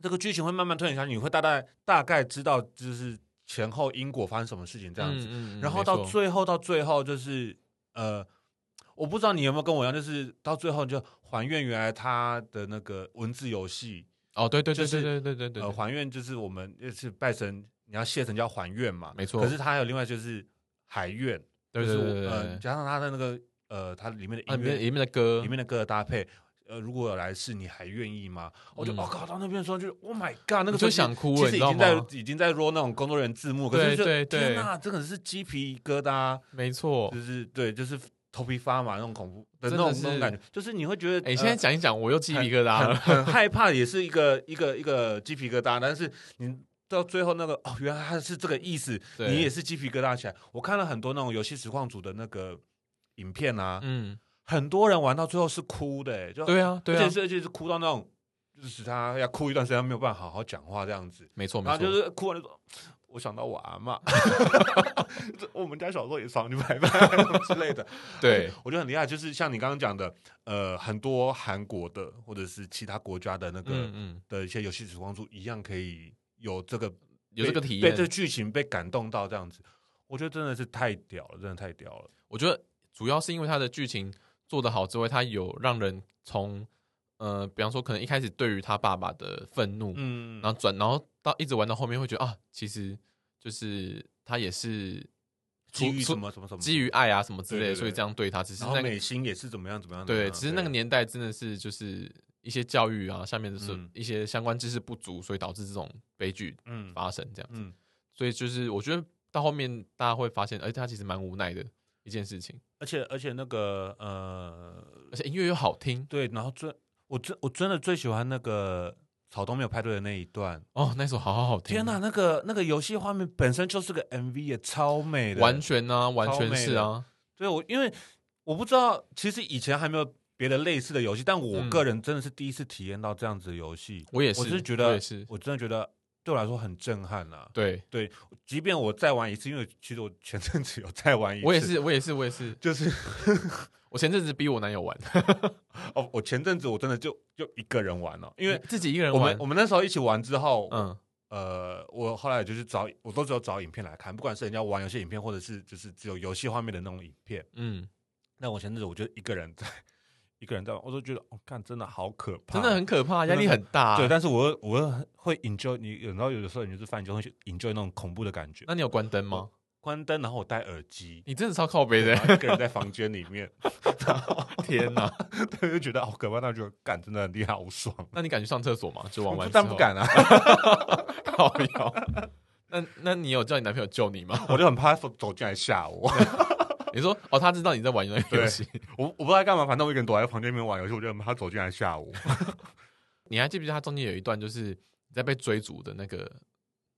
Speaker 2: 这个剧情会慢慢推演下去，你会大概大概知道就是前后因果发生什么事情这样子。
Speaker 1: 嗯
Speaker 2: 然后到，
Speaker 1: 嗯嗯没错
Speaker 2: 最后，到最后就是呃，我不知道你有没有跟我一样，就是到最后就还愿原来他的那个文字游戏，
Speaker 1: 哦，对对
Speaker 2: 就
Speaker 1: 对
Speaker 2: 是
Speaker 1: 对对对对对，
Speaker 2: 呃，还愿就是我们就是拜神，你要谢神就要还愿嘛，
Speaker 1: 没错
Speaker 2: 可是他还有另外就是海愿，
Speaker 1: 对
Speaker 2: 就是
Speaker 1: 对
Speaker 2: 我
Speaker 1: 对对
Speaker 2: 呃，
Speaker 1: 对，
Speaker 2: 加上他的那个呃，它里面的
Speaker 1: 啊
Speaker 2: 音
Speaker 1: 里面
Speaker 2: 乐、
Speaker 1: 里面的歌
Speaker 2: 里面的歌的搭配。呃，如果有来世，你还愿意吗？我就
Speaker 1: 嗯
Speaker 2: 我靠，到那边的时候就 Oh my God，那个
Speaker 1: 你
Speaker 2: 时候
Speaker 1: 就想哭
Speaker 2: 其
Speaker 1: 了，
Speaker 2: 实
Speaker 1: 你
Speaker 2: 已
Speaker 1: 知道
Speaker 2: 经在
Speaker 1: 吗？
Speaker 2: 已经在 roll 那种工作人员字幕，可是
Speaker 1: 对
Speaker 2: 就
Speaker 1: 对对
Speaker 2: 天哪，真的是鸡皮疙瘩，
Speaker 1: 没错
Speaker 2: 就。是对，就是头皮发麻那种恐怖的
Speaker 1: 真
Speaker 2: 那
Speaker 1: 的
Speaker 2: 种那种
Speaker 1: 是
Speaker 2: 感觉，就是你会觉得
Speaker 1: 哎，现在讲一讲，我又鸡皮疙瘩了。
Speaker 2: 呃 很很害怕，也是一个一个一个鸡皮疙瘩。但是你到最后那个哦，原来他是这个意思，
Speaker 1: 对
Speaker 2: 你也是鸡皮疙瘩起来。我看了很多那种游戏实况组的那个影片啊，
Speaker 1: 嗯，
Speaker 2: 很多人玩到最后是哭的、欸，就
Speaker 1: 对啊，对
Speaker 2: 而
Speaker 1: 啊
Speaker 2: 且，是而且是哭到那种，就是使他要哭一段时间，他没有办法好好讲话这样子。
Speaker 1: 没错没
Speaker 2: 然后
Speaker 1: 错，
Speaker 2: 啊就是哭完就说。我想到我阿妈， 这我们家小时候也常去拜拜之类的，
Speaker 1: 对，
Speaker 2: 我觉得很厉害，就是像你刚刚讲的，呃，很多韩国的或者是其他国家的那个、
Speaker 1: 嗯嗯，
Speaker 2: 的一些游戏时光柱一样可以有这个
Speaker 1: 有这个体
Speaker 2: 被
Speaker 1: 验
Speaker 2: 被这。剧情被感动到这样子，我觉得真的是太屌了，真的太屌了。
Speaker 1: 我觉得主要是因为它的剧情做得好之外，它有让人从呃，比方说可能一开始对于他爸爸的愤怒，
Speaker 2: 嗯，
Speaker 1: 然后转，然后到一直玩到后面会觉得啊，其实就是他也是
Speaker 2: 基于
Speaker 1: 出
Speaker 2: 什么什么什么，
Speaker 1: 基于爱啊什么之类的，
Speaker 2: 对对对
Speaker 1: 所以这样对他。只是
Speaker 2: 然
Speaker 1: 那
Speaker 2: 后
Speaker 1: 个
Speaker 2: 美心也是怎么样怎么样，怎么
Speaker 1: 对，
Speaker 2: 样
Speaker 1: 只是那个
Speaker 2: 对啊
Speaker 1: 年代真的是就是一些教育啊，下面的是
Speaker 2: 嗯
Speaker 1: 一些相关知识不足，所以导致这种悲剧
Speaker 2: 嗯
Speaker 1: 发生这样子。
Speaker 2: 嗯，
Speaker 1: 所以就是我觉得到后面大家会发现，哎而且他其实蛮无奈的一件事情，
Speaker 2: 而且而且那个呃，
Speaker 1: 而且音乐又好听
Speaker 2: 对，然后最我真我真的最喜欢那个草东没有派对的那一段。
Speaker 1: 哦，那首好好好听，哦
Speaker 2: 天呐，那个那个游戏画面本身就是个 MV，也超美的，
Speaker 1: 完全啊，完全是啊，
Speaker 2: 对我，因为我不知道，其实以前还没有别的类似的游戏，但我
Speaker 1: 嗯
Speaker 2: 个人真的是第一次体验到这样子的游戏。
Speaker 1: 我也是，
Speaker 2: 我是觉
Speaker 1: 我
Speaker 2: 得
Speaker 1: 也是，
Speaker 2: 我真的觉得对我来说很震撼啊！
Speaker 1: 对
Speaker 2: 即便我再玩一次，因为其实我前阵子有再玩一次，
Speaker 1: 我也，是，我也是，我也是，
Speaker 2: 就是
Speaker 1: 我前阵子逼我男友玩，
Speaker 2: 哦，我前阵子我真的就就一个人玩了、因为
Speaker 1: 自己一个人
Speaker 2: 我们
Speaker 1: 玩
Speaker 2: 我，们那时候一起玩之后，
Speaker 1: 嗯，
Speaker 2: 呃，我后来就是找，我都只有找影片来看，不管是人家玩游戏影片，或者是就是只有游戏画面的那种影片。
Speaker 1: 嗯，
Speaker 2: 那我前阵子我就一个人在一个人在玩，我都觉得，哦，看真的啊好可怕，
Speaker 1: 真的很可怕，压力很大。啊
Speaker 2: 对，但是我又我又很会 enjoy 你，然后有的时候你就是犯就会去 enjoy 那种恐怖的感觉。
Speaker 1: 那你有关灯吗？
Speaker 2: 关灯，然后我戴耳机，
Speaker 1: 你真的超靠背
Speaker 2: 然
Speaker 1: 的，
Speaker 2: 后一个人在房间里面，
Speaker 1: 天哪！
Speaker 2: 对，就觉得好可怕，那就干，真的很厉害，好 爽。
Speaker 1: 那你敢去上厕所吗？就玩
Speaker 2: 我
Speaker 1: 完
Speaker 2: 不
Speaker 1: 之
Speaker 2: 但
Speaker 1: 后
Speaker 2: 不， 敢啊，
Speaker 1: 靠腰。 那那你有叫你男朋友救你吗？
Speaker 2: 我就很怕他走进来吓我。
Speaker 1: 你说哦，他知道你在玩那个游戏。
Speaker 2: 我我不知道在干嘛，反正我一个人躲在房间里面玩游戏，我就很怕他走进来吓我。
Speaker 1: 你还记不记得他中间有一段，就是你在被追逐的那个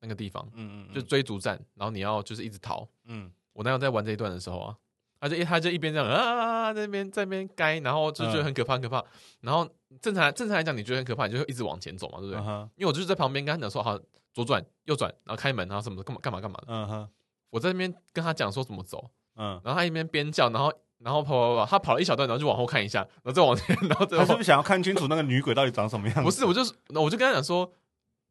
Speaker 1: 那个地方，
Speaker 2: 嗯
Speaker 1: 就追逐战，然后你要就是一直逃。
Speaker 2: 嗯，
Speaker 1: 我男友在玩这一段的时候啊，他就一他就一边这样啊啊啊啊在那边在那边该，然后就觉
Speaker 2: 嗯
Speaker 1: 得很可怕很可怕。然后正常正常来讲，你觉得很可怕，你就会一直往前走嘛，对不对？
Speaker 2: 嗯哼，
Speaker 1: 因为我就是在旁边跟他讲说，好，左转右转，然后开门，然后什么的干嘛干嘛干嘛的。
Speaker 2: 嗯哼，
Speaker 1: 我在那边跟他讲说怎么走，
Speaker 2: 嗯。
Speaker 1: 然后他一边边叫，然后然后跑跑跑，他跑了一小段，然后就往后看一下，然后再往前，然后再
Speaker 2: 他
Speaker 1: 往
Speaker 2: 是不是想要看清楚那个女鬼到底长什么样子？
Speaker 1: 不是，我就是我就跟他讲说，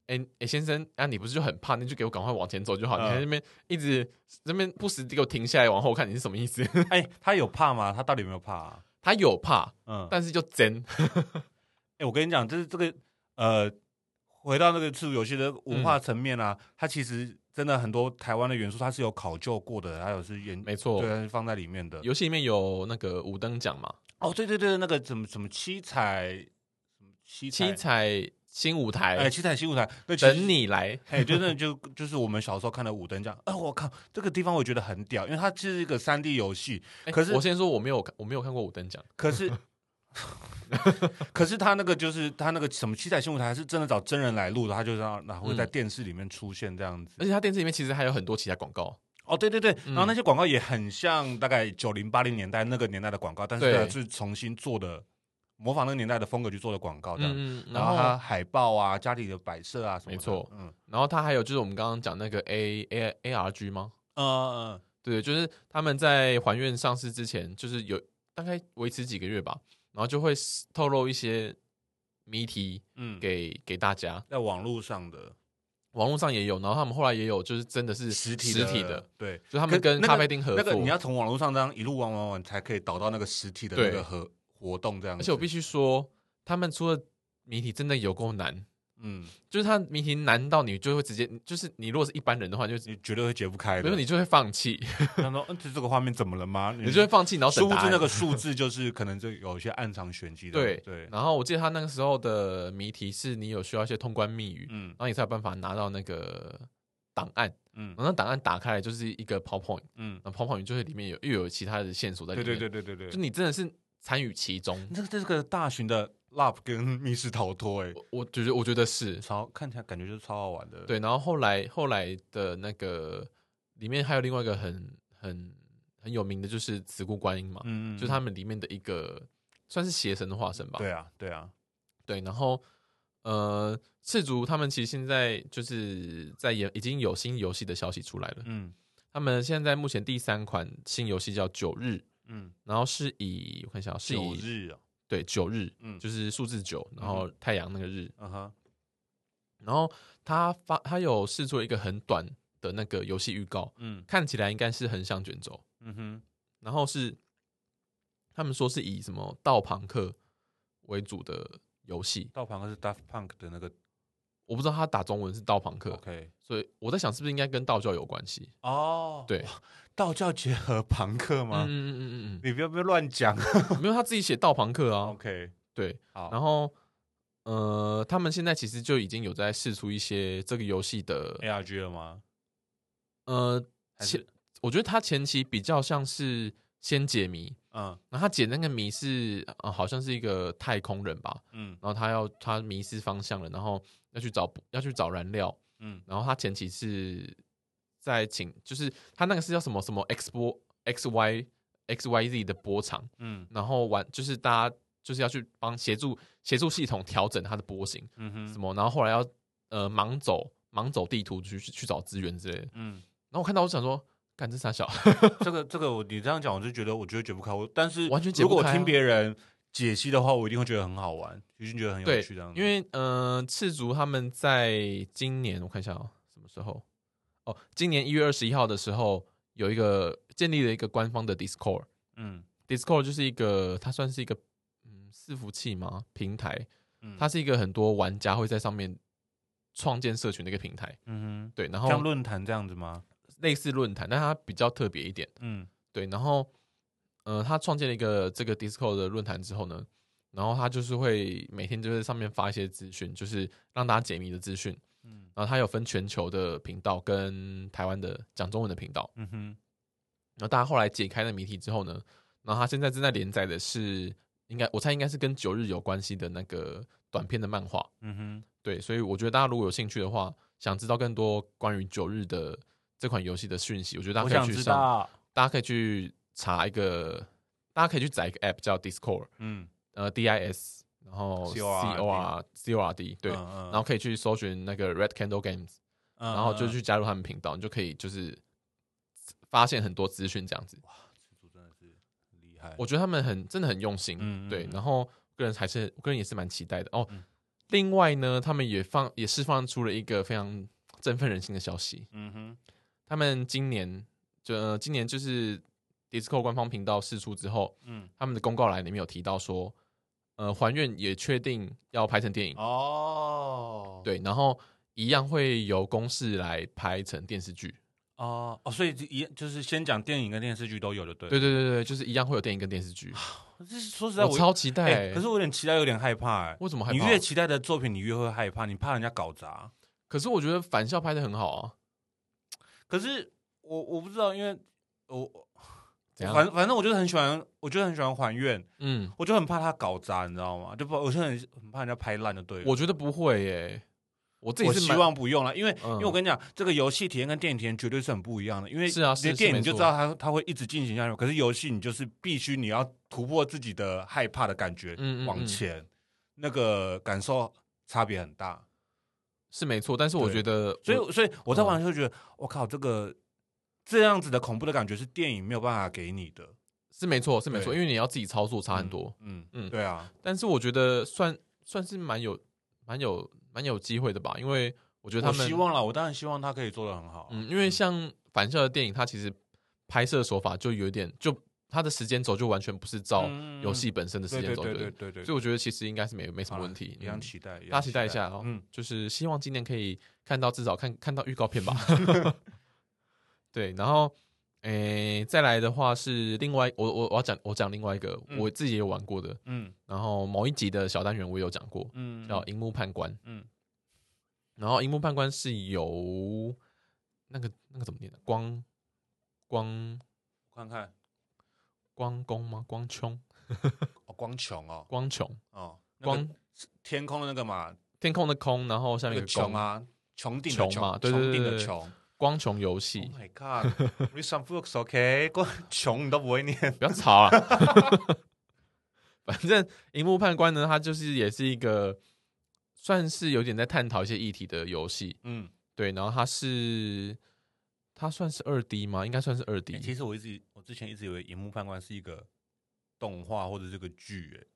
Speaker 1: 哎、哎、先生啊，你不是就很怕，那就给我赶快往前走就好，你
Speaker 2: 嗯
Speaker 1: 在那边一直那边不时地给我停下来往后看，你是什么意思？
Speaker 2: 哎、 他有怕吗？他到底有没有怕、啊？
Speaker 1: 他有怕，
Speaker 2: 嗯，
Speaker 1: 但是就 真
Speaker 2: 哎、我跟你讲，就是这个呃，回到那个次数游戏的
Speaker 1: 嗯
Speaker 2: 文化层面啊，它其实真的很多台湾的元素，它是有考究过的，还有是研
Speaker 1: 没错
Speaker 2: 对，。它是放在里面的。
Speaker 1: 游戏里面有那个五等奖嘛，
Speaker 2: 哦，对对对，那个什么什么七彩，什么七
Speaker 1: 七
Speaker 2: 彩，
Speaker 1: 彩新舞台、
Speaker 2: 哎，七彩新舞台，那其实
Speaker 1: 等。你来，
Speaker 2: 哎，就真的就就是我们小时候看的五等奖，哎、我靠，这个地方我觉得很屌，因为它是一个三 D 游戏，
Speaker 1: 哎
Speaker 2: 可是
Speaker 1: 我先说我没有看我没有看过五等奖，
Speaker 2: 可是 可是他那个就是他那个什么七彩新舞台是真的找真人来录的，他就让然后会在
Speaker 1: 嗯
Speaker 2: 电视里面出现这样子。
Speaker 1: 而且他电视里面其实还有很多其他广告，
Speaker 2: 哦，对对对，
Speaker 1: 嗯
Speaker 2: 然后那些广告也很像大概九零八零年代那个年代的广告，但是
Speaker 1: 对
Speaker 2: 它是重新做的，模仿那个年代的风格去做的广告这样。
Speaker 1: 嗯，嗯
Speaker 2: 然后它海报啊、家里的摆设啊什么
Speaker 1: 没
Speaker 2: 的，
Speaker 1: 错
Speaker 2: 嗯，
Speaker 1: 然后他还有就是我们刚刚讲那个 A A A R G 吗？
Speaker 2: 呃呃，
Speaker 1: 对，就是他们在还愿上市之前，就是有大概维持几个月吧，然后就会透露一些谜题
Speaker 2: 嗯，
Speaker 1: 给给大家，
Speaker 2: 在网络上的
Speaker 1: 网络上也有，然后他们后来也有，就是真的是
Speaker 2: 实体
Speaker 1: 实体的，，
Speaker 2: 对，
Speaker 1: 就他们
Speaker 2: 可
Speaker 1: 跟
Speaker 2: 那个
Speaker 1: 咖啡厅合
Speaker 2: 那
Speaker 1: 作。
Speaker 2: 个你要从网络上这样一路玩玩玩，才可以导到那个实体的
Speaker 1: 对
Speaker 2: 那个和活动这样
Speaker 1: 而
Speaker 2: 子。
Speaker 1: 且我必须说，他们出的谜题真的有够难，
Speaker 2: 嗯，
Speaker 1: 就是他谜题难到你就会直接，就是你如果是一般人的话，你就
Speaker 2: 你绝对会解不开
Speaker 1: 比如
Speaker 2: 的。
Speaker 1: 说你就会放弃，
Speaker 2: 他说，嗯，这这个画面怎么了吗？
Speaker 1: 你就会放弃，然后
Speaker 2: 殊
Speaker 1: 等
Speaker 2: 不
Speaker 1: 答
Speaker 2: 知
Speaker 1: 案
Speaker 2: 那个数字就是可能就有一些暗藏玄机的。
Speaker 1: 对
Speaker 2: 对，
Speaker 1: 然后我记得他那个时候的谜题是你有需要一些通关密语，
Speaker 2: 嗯
Speaker 1: 然后你才有办法拿到那个档案。
Speaker 2: 嗯
Speaker 1: 然后那档案打开来就是一个 PowerPoint，
Speaker 2: 嗯，
Speaker 1: 然后 PowerPoint 就会里面有又有其他的线索在里
Speaker 2: 对
Speaker 1: 面。
Speaker 2: 对对对对对
Speaker 1: 就。你真的是参与其中。
Speaker 2: 这个这个大型的 lab 跟密室逃脱，哎，
Speaker 1: 我我觉得我觉得是
Speaker 2: 超看起来感觉就是超好玩的。，
Speaker 1: 对，然后后来后来的那个里面还有另外一个很很很有名的就是慈姑观音嘛，
Speaker 2: 嗯，
Speaker 1: 就是他们里面的一个算是邪神的化身吧。
Speaker 2: 对啊，对啊，
Speaker 1: 对，然后呃，赤足他们其实现在就是在研，已经有新游戏的消息出来了。
Speaker 2: 嗯
Speaker 1: 他们现在目前第三款新游戏叫《九日》，
Speaker 2: 嗯，
Speaker 1: 然后是以我看一下哦，是
Speaker 2: 九
Speaker 1: 以
Speaker 2: 日哦，
Speaker 1: 对九日，
Speaker 2: 嗯
Speaker 1: 就是数字九，然
Speaker 2: 嗯
Speaker 1: 后太阳那个日，
Speaker 2: 嗯哼，
Speaker 1: 然后他发他有试出一个很短的那个游戏预告，
Speaker 2: 嗯
Speaker 1: 看起来应该是横向卷轴，
Speaker 2: 嗯哼，
Speaker 1: 然后是他们说是以什么道朋克为主的游戏，
Speaker 2: 道旁是 Daft Punk 的那个
Speaker 1: 我不知道他打中文是道旁克，
Speaker 2: OK，
Speaker 1: 所以我在想是不是应该跟道教有关系？
Speaker 2: 哦，
Speaker 1: 对，
Speaker 2: 道教结合朋克
Speaker 1: 嗯
Speaker 2: 吗？
Speaker 1: 嗯嗯嗯
Speaker 2: 你不要不要乱讲。
Speaker 1: 嗯，没有他自己写道旁克啊，
Speaker 2: OK，
Speaker 1: 对，
Speaker 2: 好，
Speaker 1: 然后呃，他们现在其实就已经有在试出一些这个游戏的
Speaker 2: ARG 了吗？
Speaker 1: 呃，
Speaker 2: 哎还
Speaker 1: 前
Speaker 2: 是
Speaker 1: 我觉得他前期比较像是先解谜，
Speaker 2: 嗯
Speaker 1: 然后他解那个谜是呃好像是一个太空人吧，
Speaker 2: 嗯
Speaker 1: 然后他要他迷失方向了，然后要去找要去找燃料，
Speaker 2: 嗯
Speaker 1: 然后他前期是在请，就是他那个是叫什么什么 X 波 X Y X Y Z 的波长，
Speaker 2: 嗯
Speaker 1: 然后玩就是大家就是要去帮协助协助系统调整它的波形
Speaker 2: 嗯
Speaker 1: 什
Speaker 2: 哼，
Speaker 1: 么，然后后来要呃盲走盲走地图去去去找资源之类的，
Speaker 2: 嗯，
Speaker 1: 然后我看到我想说，干这傻小，
Speaker 2: 这个这个我你这样讲，我就觉得我觉得解不开。我但是
Speaker 1: 完全解
Speaker 2: 如
Speaker 1: 不
Speaker 2: 果我
Speaker 1: 开啊
Speaker 2: 听别人解析的话，我一定会觉得很好玩，一定觉得很有
Speaker 1: 对
Speaker 2: 趣这样，子。
Speaker 1: 因为呃赤足他们在今年我看一下哦、什么时候哦，今年一月二十一号的时候有一个建立了一个官方的 Discord。
Speaker 2: 嗯
Speaker 1: Discord 就是一个，它算是一个嗯伺服器嘛平台，
Speaker 2: 嗯，
Speaker 1: 它是一个很多玩家会在上面创建社群的一个平台，
Speaker 2: 嗯
Speaker 1: 对，然
Speaker 2: 哼，像
Speaker 1: 后
Speaker 2: 论坛这样子吗？
Speaker 1: 类似论坛，但它比较特别一点，
Speaker 2: 嗯
Speaker 1: 对，然后呃，他创建了一个这个 Discord 的论坛之后呢，然后他就是会每天就在上面发一些资讯，就是让大家解谜的资讯，
Speaker 2: 嗯
Speaker 1: 然后它有分全球的频道跟台湾的讲中文的频道，
Speaker 2: 嗯哼，
Speaker 1: 然后大家后来解开了谜题之后呢，然后他现在正在连载的是，应该我猜应该是跟九日有关系的那个短片的漫画。
Speaker 2: 嗯哼，
Speaker 1: 对，所以我觉得大家如果有兴趣的话，想知道更多关于九日的这款游戏的讯息，我觉得大
Speaker 2: 我
Speaker 1: 家
Speaker 2: 想
Speaker 1: 可以去
Speaker 2: 知
Speaker 1: 上，
Speaker 2: 道。
Speaker 1: 大家可以去查一个，大家可以去载一个 app 叫 Discord，
Speaker 2: 嗯，
Speaker 1: 呃，D I S，然后
Speaker 2: C
Speaker 1: C
Speaker 2: O R D 嗯
Speaker 1: O R C O R D，对，
Speaker 2: 然
Speaker 1: 然后可以去搜寻那个 Red Candle Games，
Speaker 2: 然
Speaker 1: 然后就去加入他们频道，你就可以就是发现很多资讯这样子。
Speaker 2: 真的是很厉害。
Speaker 1: 我觉得他们很真的很用心，
Speaker 2: 嗯嗯
Speaker 1: 对
Speaker 2: 嗯。
Speaker 1: 然后个人还是我个人也是蛮期待的哦。
Speaker 2: 嗯
Speaker 1: 另外呢，他们也放也释放出了一个非常振奋人心的消息，
Speaker 2: 嗯哼，
Speaker 1: 他们今年就、呃今年就是 Discord 官方频道释出之后，
Speaker 2: 嗯，
Speaker 1: 他们的公告栏里面有提到说，呃，还愿也确定要拍成电影，
Speaker 2: 哦，，
Speaker 1: 对，然后一样会由公式来拍成电视剧，
Speaker 2: 哦哦，所以这一就是先讲电影跟电视剧都有的，对
Speaker 1: 对。对对对，就是一样会有电影跟电视剧，
Speaker 2: 可是说实在，
Speaker 1: 我
Speaker 2: 我
Speaker 1: 超期待、
Speaker 2: 哎可是我有点期待，有点害怕。哎，
Speaker 1: 为什么害
Speaker 2: 你
Speaker 1: 怕？
Speaker 2: 越期待的作品，你越会害怕，你怕人家搞砸。
Speaker 1: 可是我觉得返校拍的很好啊，
Speaker 2: 可是我我不知道，因为我
Speaker 1: 怎样？
Speaker 2: 反反正我就很喜欢，我就很喜欢还愿，
Speaker 1: 嗯。
Speaker 2: 我就很怕他搞砸，你知道吗？就不，我就很很怕人家拍烂就对了。
Speaker 1: 我觉得不会耶，我自己
Speaker 2: 我
Speaker 1: 是
Speaker 2: 希
Speaker 1: 蛮
Speaker 2: 望不用了，因为、
Speaker 1: 嗯
Speaker 2: 因为我跟你讲，这个游戏体验跟电影体验绝对是很不一样的。因为
Speaker 1: 是啊是
Speaker 2: 连
Speaker 1: 是
Speaker 2: 电影
Speaker 1: 没
Speaker 2: 你就
Speaker 1: 错
Speaker 2: 知道它它会一直进行下去，可是游戏你就是必须你要突破自己的害怕的感觉，
Speaker 1: 嗯嗯
Speaker 2: 往
Speaker 1: 嗯
Speaker 2: 前，那个感受差别很大。
Speaker 1: 是没错，但是我
Speaker 2: 对
Speaker 1: 觉得我，
Speaker 2: 所以所以我
Speaker 1: 嗯
Speaker 2: 在玩的时候觉得，我、靠，这个这样子的恐怖的感觉是电影没有办法给你的，
Speaker 1: 是没错是没错，
Speaker 2: 对
Speaker 1: 因为你要自己操作差很多，
Speaker 2: 嗯嗯，
Speaker 1: 嗯
Speaker 2: 对啊，
Speaker 1: 但是我觉得算算是蛮有蛮有蛮有机会的吧，因为我觉得
Speaker 2: 我
Speaker 1: 他们
Speaker 2: 希望了，我当然希望它可以做的很好，啊
Speaker 1: 嗯，因为像返校的电影，它其实拍摄手法就有点就它的时间轴就完全不是照
Speaker 2: 嗯
Speaker 1: 游戏本身的时
Speaker 2: 对
Speaker 1: 间
Speaker 2: 对
Speaker 1: 轴
Speaker 2: 对
Speaker 1: 的，
Speaker 2: 对对对，
Speaker 1: 所以我觉得其实应该是没没什么问题，
Speaker 2: 一样
Speaker 1: 嗯
Speaker 2: 期待，样
Speaker 1: 大家期待一下哦，
Speaker 2: 嗯
Speaker 1: 就是希望今年可以看到至少看看到预告 片吧。 对，然后诶、再来的话是另外我我我要讲我讲另外一个、
Speaker 2: 嗯
Speaker 1: 我自己也有玩过的，
Speaker 2: 嗯
Speaker 1: 然后某一集的小单元我也有讲过，
Speaker 2: 嗯，
Speaker 1: 叫《荧幕判官》。
Speaker 2: 嗯
Speaker 1: 然后《荧幕判官》是由那个那个怎么念的？啊光光
Speaker 2: 我看看。
Speaker 1: 光公吗？光琼
Speaker 2: 哦，光穹哦，
Speaker 1: 光琼
Speaker 2: 哦，那个
Speaker 1: 光
Speaker 2: 天空的那个嘛，
Speaker 1: 天空的空，然后下
Speaker 2: 那
Speaker 1: 面
Speaker 2: 个
Speaker 1: 一个
Speaker 2: 穹
Speaker 1: 宫，
Speaker 2: 啊，穹顶的
Speaker 1: 穹嘛
Speaker 2: 穹，
Speaker 1: 对对
Speaker 2: 穹顶
Speaker 1: 对
Speaker 2: 的
Speaker 1: 对
Speaker 2: 穹。Oh
Speaker 1: 光琼游戏。
Speaker 2: my god，你上 books OK，光 穹你都不会念。
Speaker 1: 不要吵啊！ 反正《荧幕判官》呢，它就是也是一个算是有点在探讨一些议题的游戏，
Speaker 2: 嗯，
Speaker 1: 对。然后它是它算是二 D 吗？应该算是二 D，、
Speaker 2: 欸其实我一直我之前一直以为《荧幕判官》是一个动画或者是个剧，哎，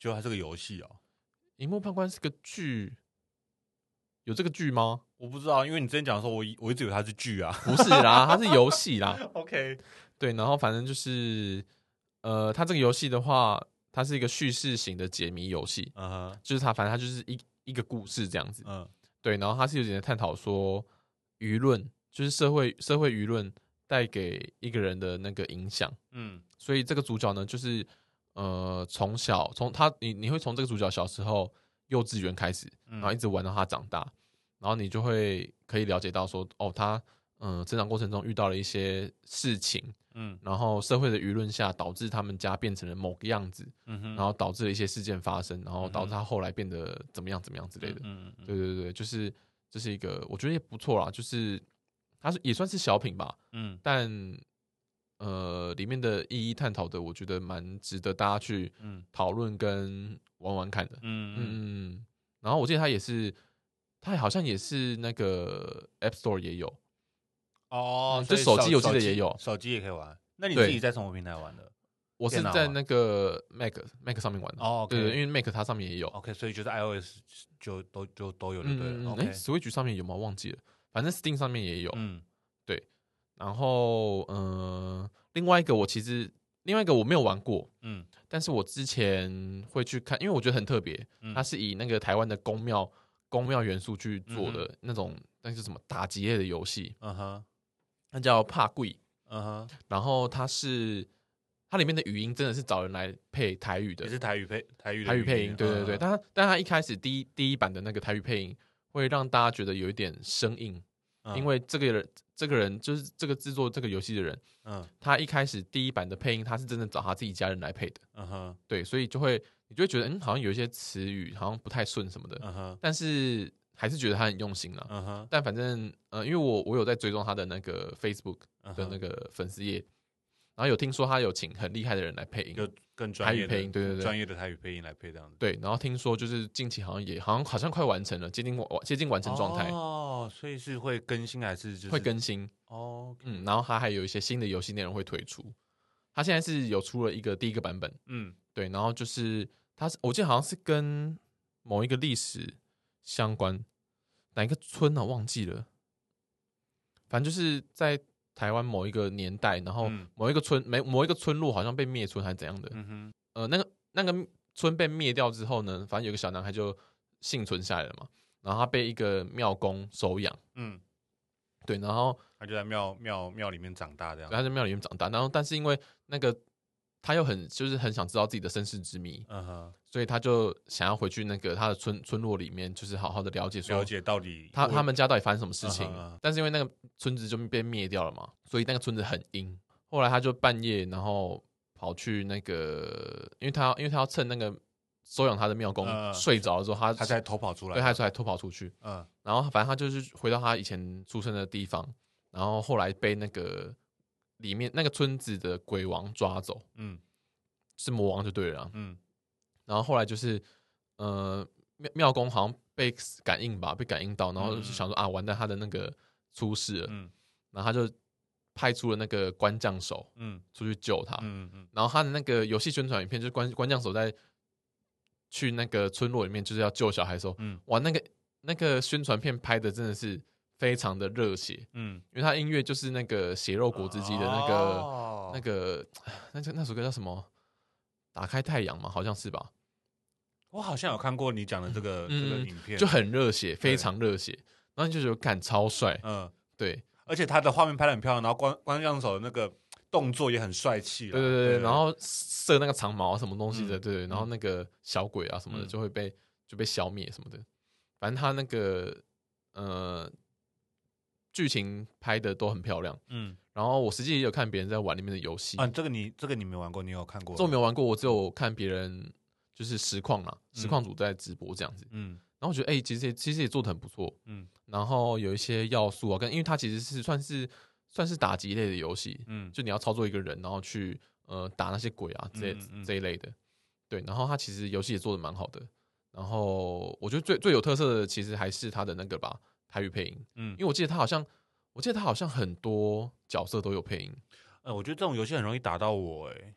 Speaker 2: 结果它是个游戏哦。
Speaker 1: 荧幕判官》是个剧，有这个剧吗？
Speaker 2: 我不知道，因为你之前讲的时候，我以我一直以为它是剧啊。
Speaker 1: 不是啦，它是游戏啦。
Speaker 2: OK，
Speaker 1: 对，然后反正就是呃，它这个游戏的话，它是一个叙事型的解谜游戏，
Speaker 2: 嗯哼，
Speaker 1: 就是它反正它就是一一个故事这样子。
Speaker 2: 嗯
Speaker 1: 对，然后他是有点在探讨说舆论，就是社会社会舆论带给一个人的那个影响。
Speaker 2: 嗯
Speaker 1: 所以这个主角呢，就是呃，从小从他你你会从这个主角小时候幼稚园开始，
Speaker 2: 嗯
Speaker 1: 然后一直玩到他长大，然后你就会可以了解到说，哦，他嗯、呃成长过程中遇到了一些事情，
Speaker 2: 嗯
Speaker 1: 然后社会的舆论下导致他们家变成了某个样子，
Speaker 2: 嗯哼，
Speaker 1: 然后导致了一些事件发生，然后导致
Speaker 2: 嗯
Speaker 1: 他后来变得怎么样怎么样之类的。
Speaker 2: 嗯嗯嗯
Speaker 1: 对对对，就是这是一个我觉得也不错啦，就是它是也算是小品吧，
Speaker 2: 嗯
Speaker 1: 但呃，里面的意义探讨的，我觉得蛮值得大家去
Speaker 2: 嗯
Speaker 1: 讨论跟玩玩看的。
Speaker 2: 嗯嗯
Speaker 1: 嗯嗯。然后我记得它也是，它好像也是那个 App Store 也有，
Speaker 2: 哦，
Speaker 1: 嗯就
Speaker 2: 所以
Speaker 1: 手机我记得
Speaker 2: 机
Speaker 1: 也有
Speaker 2: 手机也可以玩。那你
Speaker 1: 对
Speaker 2: 自己在什么平台玩的？
Speaker 1: 我是
Speaker 2: 电脑
Speaker 1: 在
Speaker 2: 吗
Speaker 1: 那个 Mac Mac 上面玩的。
Speaker 2: 哦，OK
Speaker 1: 对对，因为 Mac 它上面也有。
Speaker 2: OK，所以就是 iOS 就都就都有就
Speaker 1: 嗯
Speaker 2: 对
Speaker 1: 嗯
Speaker 2: 了。
Speaker 1: 嗯，
Speaker 2: OK，
Speaker 1: 哎，Switch 上面有吗？忘记了，反正 Steam 上面也有。
Speaker 2: 嗯
Speaker 1: 然后，嗯、另外一个我其实另外一个我没有玩过，
Speaker 2: 嗯
Speaker 1: 但是我之前会去看，因为我觉得很特别，
Speaker 2: 嗯，
Speaker 1: 它是以那个台湾的宫庙宫庙元素去做的那种，那是什么打击类的游戏，
Speaker 2: 嗯哼
Speaker 1: 它叫怕贵，
Speaker 2: 嗯哼，
Speaker 1: 然后它是它里面的语音真的是找人来配台语
Speaker 2: 也
Speaker 1: 的
Speaker 2: 是台语配台语的
Speaker 1: 台语配音，对对
Speaker 2: 嗯
Speaker 1: 对，
Speaker 2: 嗯
Speaker 1: 但它但它一开始第一第一版的那个台语配音会让大家觉得有一点生硬，
Speaker 2: 嗯
Speaker 1: 因为这个人这个人就是这个制作这个游戏的人，
Speaker 2: 嗯
Speaker 1: 他一开始第一版的配音他是真的找他自己家人来配的，
Speaker 2: 嗯哼
Speaker 1: 对，所以就会你就会觉得嗯好像有一些词语好像不太顺什么的，
Speaker 2: 嗯哼
Speaker 1: 但是还是觉得他很用心了。
Speaker 2: 嗯哼
Speaker 1: 但反正呃，因为我我有在追踪他的那个 Facebook
Speaker 2: 嗯
Speaker 1: 的
Speaker 2: 哼
Speaker 1: 那个粉丝页，然后有听说他有请很厉害的人来配
Speaker 2: 就
Speaker 1: 音，
Speaker 2: 更专业的
Speaker 1: 台语配音对对对
Speaker 2: 专业的台语配音来配这样子，
Speaker 1: 对，然后听说就是近期好像也好像好像快完成了，接近完接近完成状态，
Speaker 2: 哦，所以是会更新还是就是
Speaker 1: 会更新，
Speaker 2: 哦，
Speaker 1: 嗯，然后他还有一些新的游戏内容会推出，他现在是有出了一个第一个版本，
Speaker 2: 嗯
Speaker 1: 对，然后就是他是我记得好像是跟某一个历史相关，哪一个村呢、啊？忘记了，反正就是在台湾某一个年代，然后
Speaker 2: 嗯
Speaker 1: 某一个村没某一个村落好像被灭村还是怎样的，
Speaker 2: 嗯哼
Speaker 1: 呃，那个那个村被灭掉之后呢，反正有个小男孩就幸存下来了嘛，然后他被一个庙公收养，
Speaker 2: 嗯，
Speaker 1: 对，然后
Speaker 2: 他就在庙庙庙里面长大这样，
Speaker 1: 他在庙里面长大，然后但是因为那个他又很就是很想知道自己的身世之谜，
Speaker 2: 嗯哼，
Speaker 1: 所以他就想要回去那个他的村村落里面，就是好好的了解说
Speaker 2: 了解到底
Speaker 1: 他
Speaker 2: 我
Speaker 1: 他们家到底发生什么事情。
Speaker 2: 嗯哼嗯哼
Speaker 1: 但是因为那个村子就被灭掉了嘛，所以那个村子很阴。后来他就半夜，然后跑去那个，因为他因为他要趁那个收养他的庙公、
Speaker 2: 嗯嗯
Speaker 1: 睡着的时候，他
Speaker 2: 他才偷跑出来，
Speaker 1: 对他才偷跑出去。
Speaker 2: 嗯
Speaker 1: 然后反正他就是回到他以前出生的地方，然后后来被那个里面那个村子的鬼王抓走，
Speaker 2: 嗯
Speaker 1: 是魔王就对了啊、
Speaker 2: 嗯
Speaker 1: 然后后来就是呃庙庙公好像被感应吧，被感应到，然后
Speaker 2: 嗯
Speaker 1: 就
Speaker 2: 嗯
Speaker 1: 想说啊，完蛋，他的那个出事了，
Speaker 2: 嗯
Speaker 1: 然后他就派出了那个官将手
Speaker 2: 嗯
Speaker 1: 出去救他，
Speaker 2: 嗯嗯
Speaker 1: 然后他的那个游戏宣传影片就是官官将手在去那个村落里面就是要救小孩的时候，
Speaker 2: 嗯
Speaker 1: 哇，那个那个宣传片拍的真的是非常的热血，
Speaker 2: 嗯，
Speaker 1: 因为他音乐就是那个血肉果汁机的那个。
Speaker 2: 哦
Speaker 1: 那个那那首歌叫什么？打开太阳嘛，好像是吧？
Speaker 2: 我好像有看过你讲的这个
Speaker 1: 嗯
Speaker 2: 这个影片，
Speaker 1: 就很热血，非
Speaker 2: 对
Speaker 1: 常热血。然后你就觉得干超帅，
Speaker 2: 嗯，
Speaker 1: 对
Speaker 2: 而且他的画面拍的很漂亮，然后关关将手的那个动作也很帅气
Speaker 1: 对
Speaker 2: 啦，
Speaker 1: 对对对，然后射那个长矛啊什么东西的，
Speaker 2: 嗯
Speaker 1: 对对，然后那个小鬼啊什么的
Speaker 2: 嗯
Speaker 1: 就会被就被消灭什么的，反正他那个呃剧情拍的都很漂亮。
Speaker 2: 嗯
Speaker 1: 然后我实际也有看别人在玩里面的游戏，
Speaker 2: 啊，这个你这个你没玩过，你有看过？
Speaker 1: 嗯这我没有玩过，我只有看别人就是实况啦，实
Speaker 2: 嗯
Speaker 1: 况组在直播这样子，
Speaker 2: 嗯
Speaker 1: 然后我觉得哎、欸其实也其实也做的很不错，
Speaker 2: 嗯
Speaker 1: 然后有一些要素啊，跟因为它其实是算是算是打击类的游戏，
Speaker 2: 嗯
Speaker 1: 就你要操作一个人，然后去呃打那些鬼啊这
Speaker 2: 嗯嗯
Speaker 1: 这一类的。对，然后它其实游戏也做的蛮好的。然后我觉得最最有特色的其实还是它的那个吧台语配音，
Speaker 2: 嗯
Speaker 1: 因，为我记得它好像我记得它好像很多角色都有配音，
Speaker 2: 呃，我觉得这种游戏很容易打到我，哎，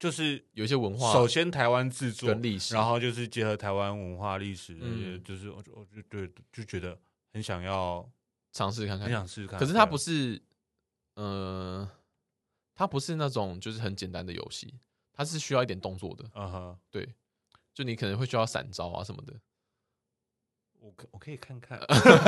Speaker 2: 就是
Speaker 1: 有一些文化
Speaker 2: 首先台湾制作
Speaker 1: 跟，历史，
Speaker 2: 然后就是结合台湾文化历史，
Speaker 1: 嗯
Speaker 2: 呃就是我就我就对就觉得很想要
Speaker 1: 尝试看
Speaker 2: 很
Speaker 1: 看。
Speaker 2: 想试试看，
Speaker 1: 可是它
Speaker 2: 对啊
Speaker 1: 不是，呃，它不是那种就是很简单的游戏，它是需要一点动作的。
Speaker 2: 嗯哼，
Speaker 1: 对，就你可能会需要闪招啊什么的。
Speaker 2: 我可我可以看 看，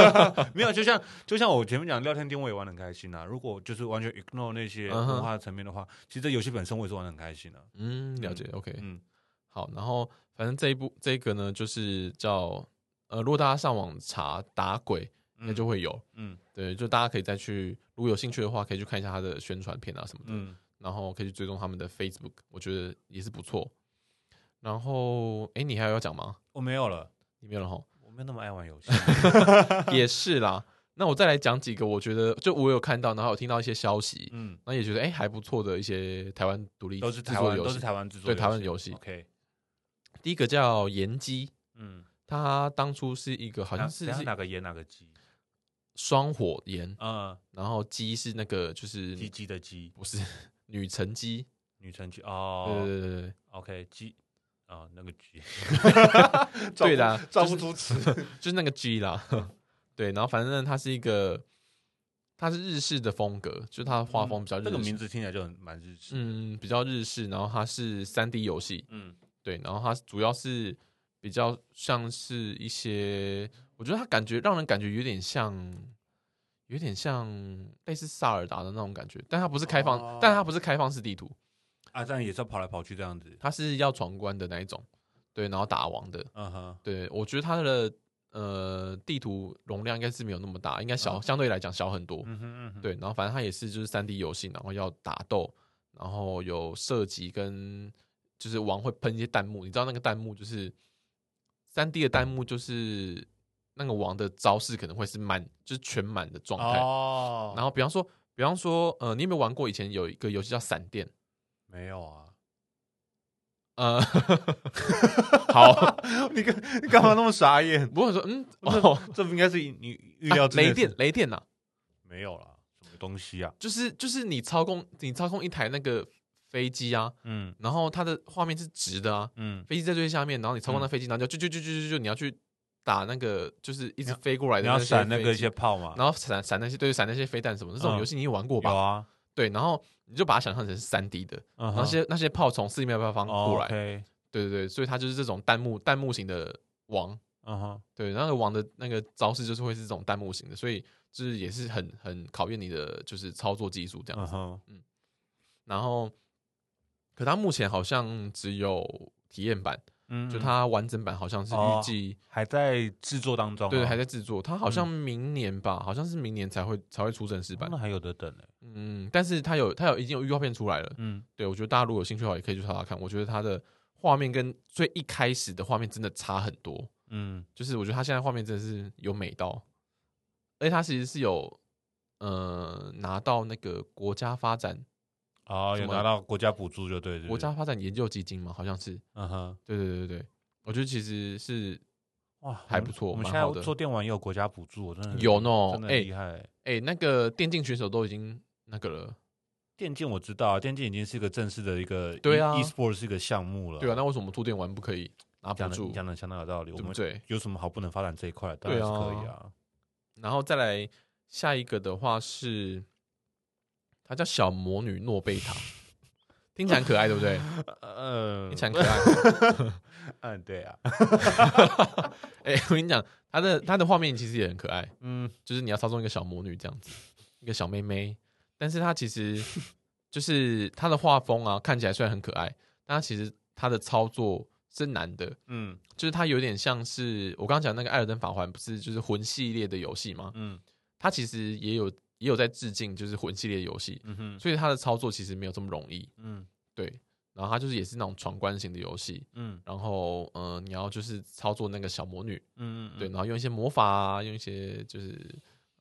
Speaker 2: 没有，就像就像我前面讲聊天钉，我也玩的很开心啊。如果就是完全 ignore 那些
Speaker 1: 嗯哼
Speaker 2: 文化层面的话，其实这游戏本身我也是玩的很开心的、啊。
Speaker 1: 嗯，了解，OK，
Speaker 2: 嗯，
Speaker 1: 好，然后反正这一部这个呢，就是叫呃，如果大家上网查打鬼，
Speaker 2: 嗯
Speaker 1: 那就会有，
Speaker 2: 嗯
Speaker 1: 对，就大家可以再去，如果有兴趣的话，可以去看一下它的宣传片啊什么的，
Speaker 2: 嗯
Speaker 1: 然后可以去追踪他们的 Facebook，我觉得也是不错。然后，哎，你还有要讲吗？
Speaker 2: 我没有了，
Speaker 1: 你没有了吼，
Speaker 2: 我没有那么爱 玩游戏。
Speaker 1: 也是啦。那我再来讲几个，我觉得就我有看到，然后有听到一些消息，
Speaker 2: 嗯，
Speaker 1: 那也觉得哎、诶还不错的一些台湾独立
Speaker 2: 都是
Speaker 1: 制
Speaker 2: 台
Speaker 1: 作
Speaker 2: 湾
Speaker 1: 游
Speaker 2: 都
Speaker 1: 戏
Speaker 2: 是。台湾制作，
Speaker 1: 对台湾的游戏
Speaker 2: OK，
Speaker 1: 第一个叫岩鸡，
Speaker 2: 嗯，
Speaker 1: 它当初是一个好像
Speaker 2: 哪
Speaker 1: 是
Speaker 2: 等下
Speaker 1: 是
Speaker 2: 哪个烟哪个鸡？
Speaker 1: 双火岩，
Speaker 2: 嗯，
Speaker 1: 然后鸡是那个就是
Speaker 2: 鸡鸡的鸡，
Speaker 1: 不是 女神鸡，
Speaker 2: 女神鸡
Speaker 1: 对
Speaker 2: 哦。
Speaker 1: 对对对对，
Speaker 2: OK，鸡啊，那个鸡，
Speaker 1: 对 啦
Speaker 2: 造
Speaker 1: 就是
Speaker 2: 出词。
Speaker 1: 就是那个鸡啦。 对，然后反正它是一个，它是日式的风格，就是它的画风比较日
Speaker 2: 嗯这个名
Speaker 1: 式，
Speaker 2: 字听起来就很蛮日式。
Speaker 1: 嗯，比较日式，然后它是三 D 游戏，
Speaker 2: 嗯
Speaker 1: 对，然后它主要是比较像是一些，我觉得它感觉让人感觉有点像，有点像类似萨尔达的那种感觉，但它不是开放，
Speaker 2: 哦
Speaker 1: 但它不是开放式地图，
Speaker 2: 啊，但也是要跑来跑去这样子。
Speaker 1: 它是要闯关的那一种，对，然后打王的，
Speaker 2: 嗯哼，
Speaker 1: 对我觉得它的呃地图容量应该是没有那么大，应该小、
Speaker 2: 嗯
Speaker 1: 相对来讲小很多，
Speaker 2: 嗯哼嗯哼，
Speaker 1: 对，然后反正它也是就是三 D 游戏，然后要打斗，然后有射击跟就是王会喷一些弹幕，你知道那个弹幕就是三 D 的弹幕，就是那个王的招式可能会是满就是全满的状态。
Speaker 2: 哦，
Speaker 1: 然后比方说比方说呃，你有没有玩过以前有一个游戏叫闪电？
Speaker 2: 没有啊？
Speaker 1: 呃， 好，
Speaker 2: 你干你干嘛那么傻眼？
Speaker 1: 不过说嗯 哦，
Speaker 2: 这不应该是你预
Speaker 1: 啊
Speaker 2: 料之内
Speaker 1: 雷
Speaker 2: 的事、
Speaker 1: 电雷电呐、
Speaker 2: 没有啦，什么东西啊？
Speaker 1: 就是就是你操控你操控一台那个飞机啊，
Speaker 2: 嗯
Speaker 1: 然后它的画面是直的啊，
Speaker 2: 嗯，
Speaker 1: 飞机在最下面，然后你操控
Speaker 2: 嗯
Speaker 1: 那飞机，然后就就就就就就就你要去打那个，就是一直飞过来
Speaker 2: 你
Speaker 1: 的
Speaker 2: 要
Speaker 1: 些
Speaker 2: 闪那
Speaker 1: 飞
Speaker 2: 个一
Speaker 1: 机
Speaker 2: 些，炮嘛？
Speaker 1: 然后闪闪那些对闪那些飞弹什么的，这种
Speaker 2: 嗯
Speaker 1: 游戏你也玩过
Speaker 2: 有
Speaker 1: 吧？
Speaker 2: 啊，
Speaker 1: 对，然后你就把它想象成是三 D 的，
Speaker 2: 嗯
Speaker 1: 然
Speaker 2: 哼，
Speaker 1: 后那些那些炮从四面八方过
Speaker 2: 哦
Speaker 1: 来，
Speaker 2: ，OK，
Speaker 1: 对对对，所以它就是这种弹幕弹幕型的王，
Speaker 2: 嗯哼，
Speaker 1: 对，那个王的那个招式就是会是这种弹幕型的，所以就是也是很很考验你的就是操作技术这样
Speaker 2: 嗯哼，
Speaker 1: 然后，可它目前好像只有体验版，
Speaker 2: 嗯，哦
Speaker 1: 就它完整版好像是预计、
Speaker 2: 还在制作当中、啊，
Speaker 1: 对还在制作，它好像明年吧，好像是明年才会才会出正式
Speaker 2: 嗯哦
Speaker 1: 版。
Speaker 2: 那还有得等呢、
Speaker 1: 嗯，但是它有它有已经有预告片出来了，
Speaker 2: 嗯，
Speaker 1: 对我觉得大家如果有兴趣的话，也可以去查查看。我觉得它的画面跟最一开始的画面真的差很多，
Speaker 2: 嗯，
Speaker 1: 就是我觉得它现在画面真的是有美到，而且它其实是有呃拿到那个国家发展
Speaker 2: 哦，
Speaker 1: 什
Speaker 2: 有
Speaker 1: 么
Speaker 2: 拿到国家补助就对，是不是
Speaker 1: 国家，发展研究基金嘛，好像是，
Speaker 2: 嗯哼，
Speaker 1: 对对对对对，我觉得其实是
Speaker 2: 哇，
Speaker 1: 还不错
Speaker 2: 我们
Speaker 1: 蛮
Speaker 2: 现在
Speaker 1: 好的
Speaker 2: 做电玩也有国家补助，真的很
Speaker 1: 有呢
Speaker 2: 真的
Speaker 1: 哎
Speaker 2: 很厉害、
Speaker 1: 哎、那个电竞选手都已经那个了，
Speaker 2: 电竞我知道、啊，电竞已经是一个正式的一个
Speaker 1: 对啊
Speaker 2: e s p o r t 是一个项目了。
Speaker 1: 对啊，那为什么兔电玩不可以拿补
Speaker 2: 讲的
Speaker 1: 助？
Speaker 2: 讲的相当有道理。我
Speaker 1: 对不
Speaker 2: 们
Speaker 1: 对？
Speaker 2: 有什么好不能发展这一块？当
Speaker 1: 对
Speaker 2: 然是
Speaker 1: 啊
Speaker 2: 可以啊。
Speaker 1: 然后再来下一个的话是，它叫小魔女诺贝塔，听起来很可爱，对不对？
Speaker 2: 呃
Speaker 1: 听起来很可爱。
Speaker 2: 嗯，对啊，
Speaker 1: 哎、我跟你讲，它的它的画面其实也很可爱，
Speaker 2: 嗯
Speaker 1: 就是你要操纵一个小魔女这样子，一个小妹妹，但是它其实就是它的画风啊，看起来虽然很可爱，但它其实它的操作是难的。
Speaker 2: 嗯
Speaker 1: 就是它有点像是我刚刚讲那个《艾尔登法环》，不是就是魂系列的游戏吗？
Speaker 2: 嗯
Speaker 1: 它其实也有也有在致敬，就是魂系列的游戏，
Speaker 2: 嗯哼
Speaker 1: 所以它的操作其实没有这么容易。
Speaker 2: 嗯
Speaker 1: 对，然后它就是也是那种闯关型的游戏，
Speaker 2: 嗯
Speaker 1: 然后嗯、呃你要就是操作那个小魔女，
Speaker 2: 嗯嗯，
Speaker 1: 对，然后用一些魔法啊，用一些就是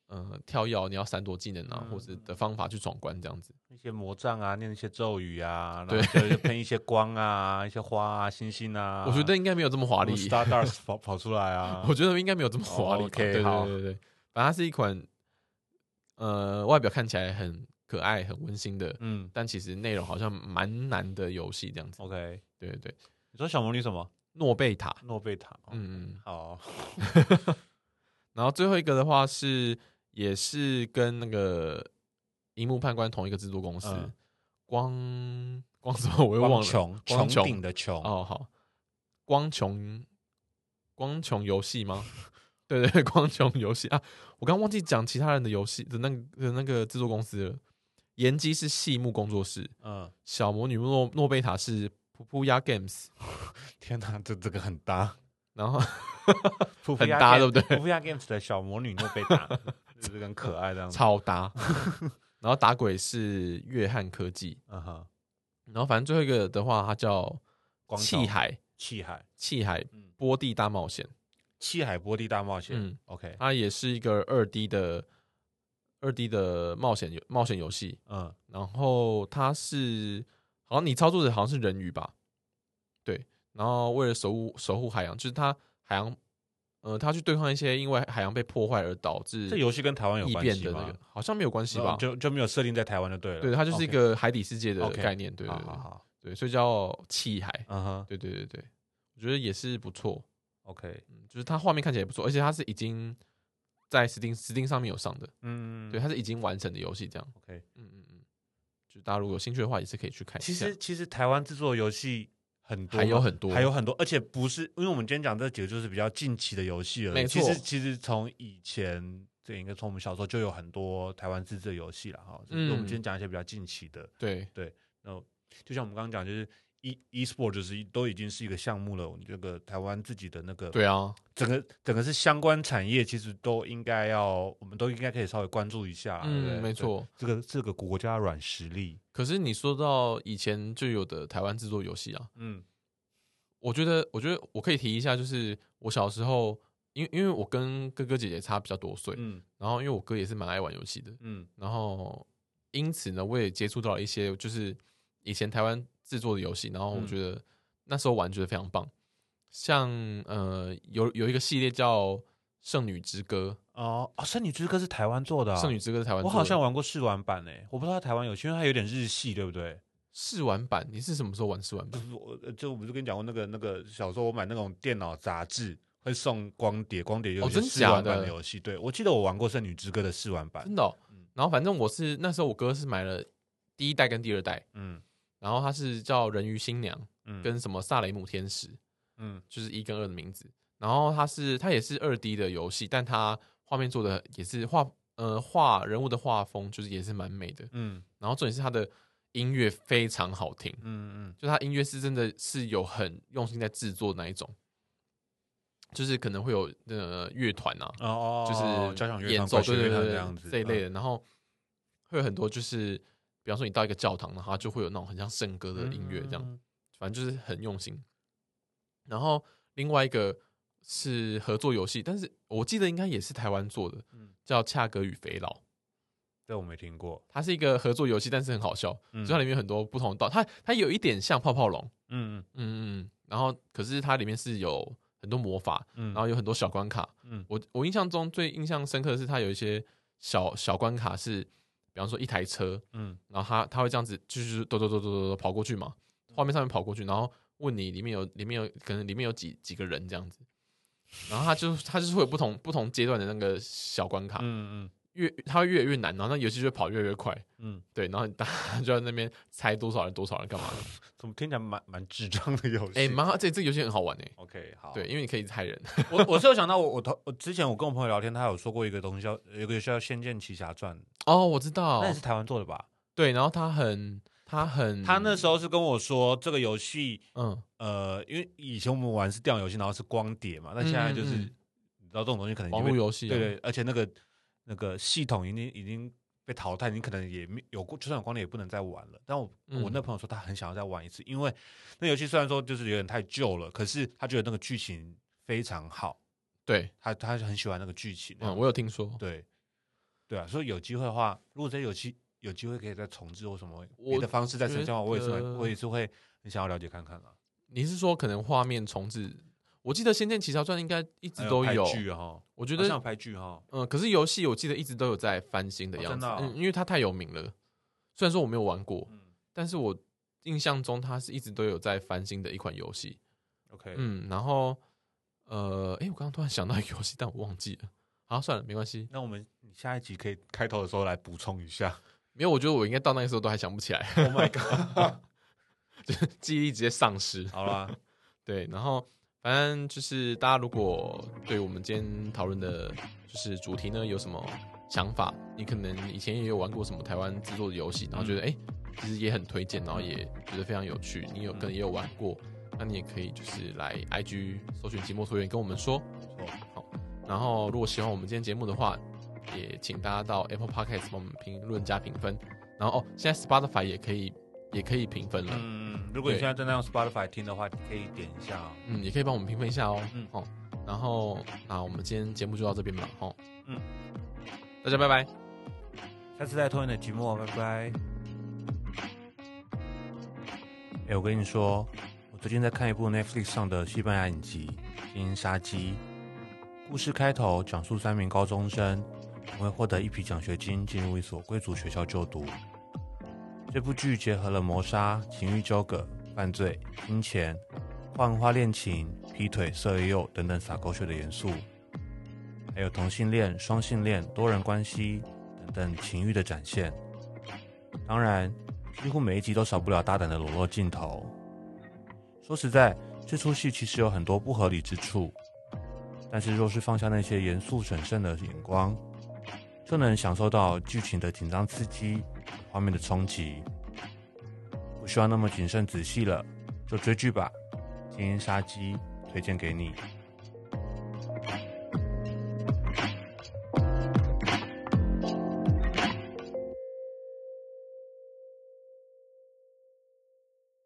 Speaker 1: 呃跳跃，你要闪躲技能啊，
Speaker 2: 嗯
Speaker 1: 或者的方法去闯关这样子。
Speaker 2: 一些魔杖啊，念一些咒语啊，
Speaker 1: 对
Speaker 2: 然后就喷一些光啊，一些花啊，星星啊。
Speaker 1: 我觉得应该没有这么华丽，。
Speaker 2: Star Dust 跑跑出来啊
Speaker 1: 我觉得应该没有这么华丽吧。
Speaker 2: 哦，OK，
Speaker 1: 对对
Speaker 2: 好
Speaker 1: 对对，反正它是一款呃外表看起来很可爱、很温馨的，
Speaker 2: 嗯
Speaker 1: 但其实内容好像蛮难的游戏这样子。
Speaker 2: ，OK。
Speaker 1: 对对对，
Speaker 2: 你说小魔女什么？
Speaker 1: 诺贝塔，
Speaker 2: 诺贝塔。嗯，
Speaker 1: 嗯嗯。
Speaker 2: 好。
Speaker 1: 然后最后一个的话是，也是跟那个《荧幕判官》同一个制作公司，
Speaker 2: 嗯
Speaker 1: 光光什么我又忘
Speaker 2: 光
Speaker 1: 了。哦
Speaker 2: 穷，
Speaker 1: 光
Speaker 2: 穹
Speaker 1: 穹
Speaker 2: 顶的穹。
Speaker 1: 哦，好，光穹光穹游戏吗？ 对对对，光穹游戏啊，我刚忘记讲其他人的游戏的那个的那个制作公司了。岩基是细木工作室，
Speaker 2: 嗯，
Speaker 1: 小魔女诺诺贝塔是噗噗鸭 Games，
Speaker 2: 天哪，这这个很搭，
Speaker 1: 然后
Speaker 2: 嗯
Speaker 1: 很搭对不对
Speaker 2: ？V R Games 的小魔女诺贝 塔，就是很可爱这样子。
Speaker 1: 超搭，然后打鬼是约翰科技，
Speaker 2: 嗯哼，
Speaker 1: 然后反正最后一个的话，它叫
Speaker 2: 光照
Speaker 1: 气海
Speaker 2: 气海，
Speaker 1: 气海
Speaker 2: 嗯
Speaker 1: 波地大冒险，
Speaker 2: 气海波地大冒险。
Speaker 1: 嗯
Speaker 2: OK，
Speaker 1: 它也是一个二 D 的二 D 的冒险游冒险游戏，
Speaker 2: 嗯，
Speaker 1: 然后它是好像你操作的好像是人鱼吧，对，然后为了守护守护海洋，就是它海洋，呃，它去对抗一些因为海洋被破坏而导致
Speaker 2: 这游戏跟台湾有
Speaker 1: 异
Speaker 2: 关
Speaker 1: 变
Speaker 2: 系
Speaker 1: 的
Speaker 2: 吗
Speaker 1: 那个，好像没有关系吧
Speaker 2: 哦？就就没有设定在台湾就对了。
Speaker 1: 对，它就是一
Speaker 2: OK，
Speaker 1: 个海底世界的
Speaker 2: OK，
Speaker 1: 概念，对对
Speaker 2: 好
Speaker 1: 对
Speaker 2: 好好，
Speaker 1: 对，所以叫气海，
Speaker 2: 嗯哼
Speaker 1: 对对对对，我觉得也是不错，
Speaker 2: ，OK，
Speaker 1: 嗯，就是它画面看起来也不错，而且它是已经在 Steam Steam 上面有上的，
Speaker 2: 嗯，
Speaker 1: 对，它是已经完成的游戏，这样，
Speaker 2: ，OK。
Speaker 1: 嗯嗯嗯，就大家如果有兴趣的话，也是可以去看一
Speaker 2: 其
Speaker 1: 下。
Speaker 2: 实其实台湾制作的游戏很多嘛，
Speaker 1: 还有很多，
Speaker 2: 还有很多，而且不是因为我们今天讲这几个就是比较近期的游戏了。
Speaker 1: 没
Speaker 2: 其
Speaker 1: 错
Speaker 2: 实其实从以前，这应该从我们小时候就有很多台湾自制的游戏了哈。只是我们
Speaker 1: 嗯
Speaker 2: 今天讲一些比较近期的，
Speaker 1: 对，
Speaker 2: 就像我们刚刚讲，就是 e e sport 就是一都已经是一个项目了。我们这个台湾自己的那个
Speaker 1: 对啊，
Speaker 2: 整个整个是相关产业，其实都应该要，我们都应该可以稍微关注一下。啊对不对
Speaker 1: 嗯，没，错。
Speaker 2: 对这个这个国家软实力，
Speaker 1: 可是你说到以前就有的台湾制作游戏啊，
Speaker 2: 嗯
Speaker 1: 我觉得，我觉得我可以提一下，就是我小时候，因为因为我跟哥哥姐姐差比较多岁，
Speaker 2: 嗯
Speaker 1: 然后因为我哥也是蛮爱玩游戏的，
Speaker 2: 嗯
Speaker 1: 然后因此呢，我也接触到了一些就是以前台湾制作的游戏，然后我
Speaker 2: 嗯
Speaker 1: 觉得那时候玩觉得非常棒，像呃有有一个系列叫《圣女之歌
Speaker 2: 哦哦，圣女之歌是台湾做的、》，啊，
Speaker 1: 《圣女之歌》是台湾
Speaker 2: 我
Speaker 1: 做的，
Speaker 2: 好像玩过试玩版诶、我不知道它台湾有，因为它有点日系，对不对？
Speaker 1: 试玩版，你是什么时候玩试玩
Speaker 2: 就
Speaker 1: 版？
Speaker 2: 是我，呃就我不是跟你讲过那个那个小时候我买那种电脑杂志会送光碟，光碟有
Speaker 1: 哦
Speaker 2: 一些
Speaker 1: 真
Speaker 2: 试玩
Speaker 1: 假的
Speaker 2: 版的游戏。对，我记得我玩过《圣女之歌》的试玩版
Speaker 1: 真。的哦、
Speaker 2: 嗯
Speaker 1: 然后反正我是那时候我哥是买了第一代跟第二代，
Speaker 2: 嗯
Speaker 1: 然后他是叫人鱼新娘
Speaker 2: 嗯
Speaker 1: 跟什么萨雷姆天使，
Speaker 2: 嗯
Speaker 1: 就是一跟二的名字。然后它是它也是二 D 的游戏，但它画面做的也是画呃画人物的画风就是也是蛮美的。
Speaker 2: 嗯
Speaker 1: 然后重点是它的音乐非常好听，
Speaker 2: 嗯嗯
Speaker 1: 就它音乐是真的是有很用心在制作那一种，就是可能会有呃乐团啊，
Speaker 2: 哦哦，哦
Speaker 1: 就
Speaker 2: 交响
Speaker 1: 是
Speaker 2: 乐
Speaker 1: 演
Speaker 2: 团、
Speaker 1: 奏
Speaker 2: 管
Speaker 1: 对
Speaker 2: 弦乐
Speaker 1: 对
Speaker 2: 团
Speaker 1: 对
Speaker 2: 这
Speaker 1: 对
Speaker 2: 样子嗯
Speaker 1: 这一类的，然后会有很多就是，比方说你到一个教堂，然后它就会有那种很像圣歌的音乐这样。
Speaker 2: 嗯
Speaker 1: 反正就是很用心。然后另外一个是合作游戏，但是我记得应该也是台湾做的
Speaker 2: 嗯，
Speaker 1: 叫《恰格与肥佬》，
Speaker 2: 这我没听过。
Speaker 1: 它是一个合作游戏，但是很好笑，
Speaker 2: 嗯
Speaker 1: 就它里面有很多不同的道，它它有一点像泡泡龙，
Speaker 2: 嗯
Speaker 1: 嗯嗯，然后可是它里面是有很多魔法，
Speaker 2: 嗯
Speaker 1: 然后有很多小关卡。
Speaker 2: 嗯
Speaker 1: 我我印象中最印象深刻的是它有一些小小关卡是，比方说一台车，
Speaker 2: 嗯
Speaker 1: 然后他他会这样子，就是抖抖抖抖抖抖跑过去嘛，画面上面跑过去，然后问你里面有里面有可能里面有几几个人这样子，然后他就他就是会有不同不同阶段的那个小关卡，
Speaker 2: 嗯嗯
Speaker 1: 越他会越来越难，然后那游戏就会跑越来越快，
Speaker 2: 嗯，
Speaker 1: 对，然后大家 就在那边猜多少人多少人干嘛的，
Speaker 2: 怎么听起来蛮蛮智障的游戏？
Speaker 1: 哎、蛮好，这这游戏很好玩哎、
Speaker 2: OK 好，
Speaker 1: 对，因为你可以猜人，
Speaker 2: 我我是有想到我我头我之前我跟我朋友聊天，他有说过一个东西叫有个游戏叫《仙剑奇侠传》，
Speaker 1: 哦，我知道
Speaker 2: 那也，是台湾做的吧？
Speaker 1: 对，然后他很他很
Speaker 2: 他那时候是跟我说这个游戏，
Speaker 1: 嗯
Speaker 2: 呃，因为以前我们玩是电脑游戏，然后是光碟嘛，那现在就是、
Speaker 1: 嗯嗯嗯
Speaker 2: 你知道这种东西可能已
Speaker 1: 网
Speaker 2: 经
Speaker 1: 络
Speaker 2: 被
Speaker 1: 游戏、
Speaker 2: 对
Speaker 1: 啊，
Speaker 2: 对，而且那个那个系统已经已经被淘汰，你可能也没有过，就算有光碟也不能再玩了。但我、我那
Speaker 1: 嗯
Speaker 2: 朋友说他很想要再玩一次，因为那游戏虽然说就是有点太旧了，可是他觉得那个剧情非常好，
Speaker 1: 对，
Speaker 2: 他他很喜欢那个剧情。
Speaker 1: 嗯，我有听说，
Speaker 2: 对，对啊，所以有机会的话，如果真有机有机会可以再重置或什么别
Speaker 1: 我
Speaker 2: 的方式再呈现的话，我也是
Speaker 1: 觉
Speaker 2: 会
Speaker 1: 得
Speaker 2: 我也是会很想要了解看看啊。
Speaker 1: 你是说可能画面重置？我记得《仙剑奇侠传》应该一直
Speaker 2: 还
Speaker 1: 都
Speaker 2: 拍
Speaker 1: 有，
Speaker 2: 剧啊哈，
Speaker 1: 我觉
Speaker 2: 觉
Speaker 1: 得
Speaker 2: 像拍剧哈，
Speaker 1: 嗯、可是游戏我记得一直都有在翻新的
Speaker 2: 哦
Speaker 1: 样
Speaker 2: 真
Speaker 1: 子，
Speaker 2: 的哦
Speaker 1: 嗯，因为它太有名了。虽然说我没有玩过，
Speaker 2: 嗯
Speaker 1: 但是我印象中它是一直都有在翻新的一款游戏，
Speaker 2: ，OK，
Speaker 1: 嗯，然后呃，诶，我刚刚突然想到一个游戏，但我忘记了，好、算了，没关系，
Speaker 2: 那我们下一集可以开头的时候来补充 一下。
Speaker 1: 没有，我觉得我应该到那个时候都还想不起来，
Speaker 2: Oh my god！
Speaker 1: 记忆力直接丧失。
Speaker 2: 好啦，
Speaker 1: 对，然后反正就是大家如果对我们今天讨论的，就是主题呢有什么想法，你可能以前也有玩过什么台湾制作的游戏，然后觉得哎、诶其实也很推荐，然后也觉得非常有趣，你有可能也有玩过，那你也可以就是来 IG 搜寻寂寞拖延跟我们说。
Speaker 2: 没错
Speaker 1: 然后如果喜欢我们今天节目的话，也请大家到 Apple Podcast 帮我们评论加评分。然后哦，现在 Spotify 也可以也可以评分了，
Speaker 2: 嗯，如果你
Speaker 1: 对
Speaker 2: 现在正在用 Spotify 听的话，可以点一下哦。
Speaker 1: 嗯，也可以帮我们评分一下哦。
Speaker 2: 嗯
Speaker 1: 哦，然后那我们今天节目就到这边吧，哦，
Speaker 2: 嗯，
Speaker 1: 大家拜拜。
Speaker 2: 下次再拖你的寂寞，拜拜。哎、我跟你说，我最近在看一部 Netflix 上的西班牙影集《精英杀机》。故事开头讲述三名高中生因为获得一笔奖学金进入一所贵族学校就读。这部剧结合了谋杀、情欲纠葛、犯罪、金钱、换花恋情、劈腿、色诱等等洒狗血的元素，还有同性恋、双性恋、多人关系等等情欲的展现。当然，几乎每一集都少不了大胆的裸露镜头。说实在，这出戏其实有很多不合理之处，但是若是放下那些严肃审慎的眼光，就能享受到剧情的紧张刺激、画面的冲击。不需要那么谨慎仔细了，就追剧吧，《精英杀机》推荐给你。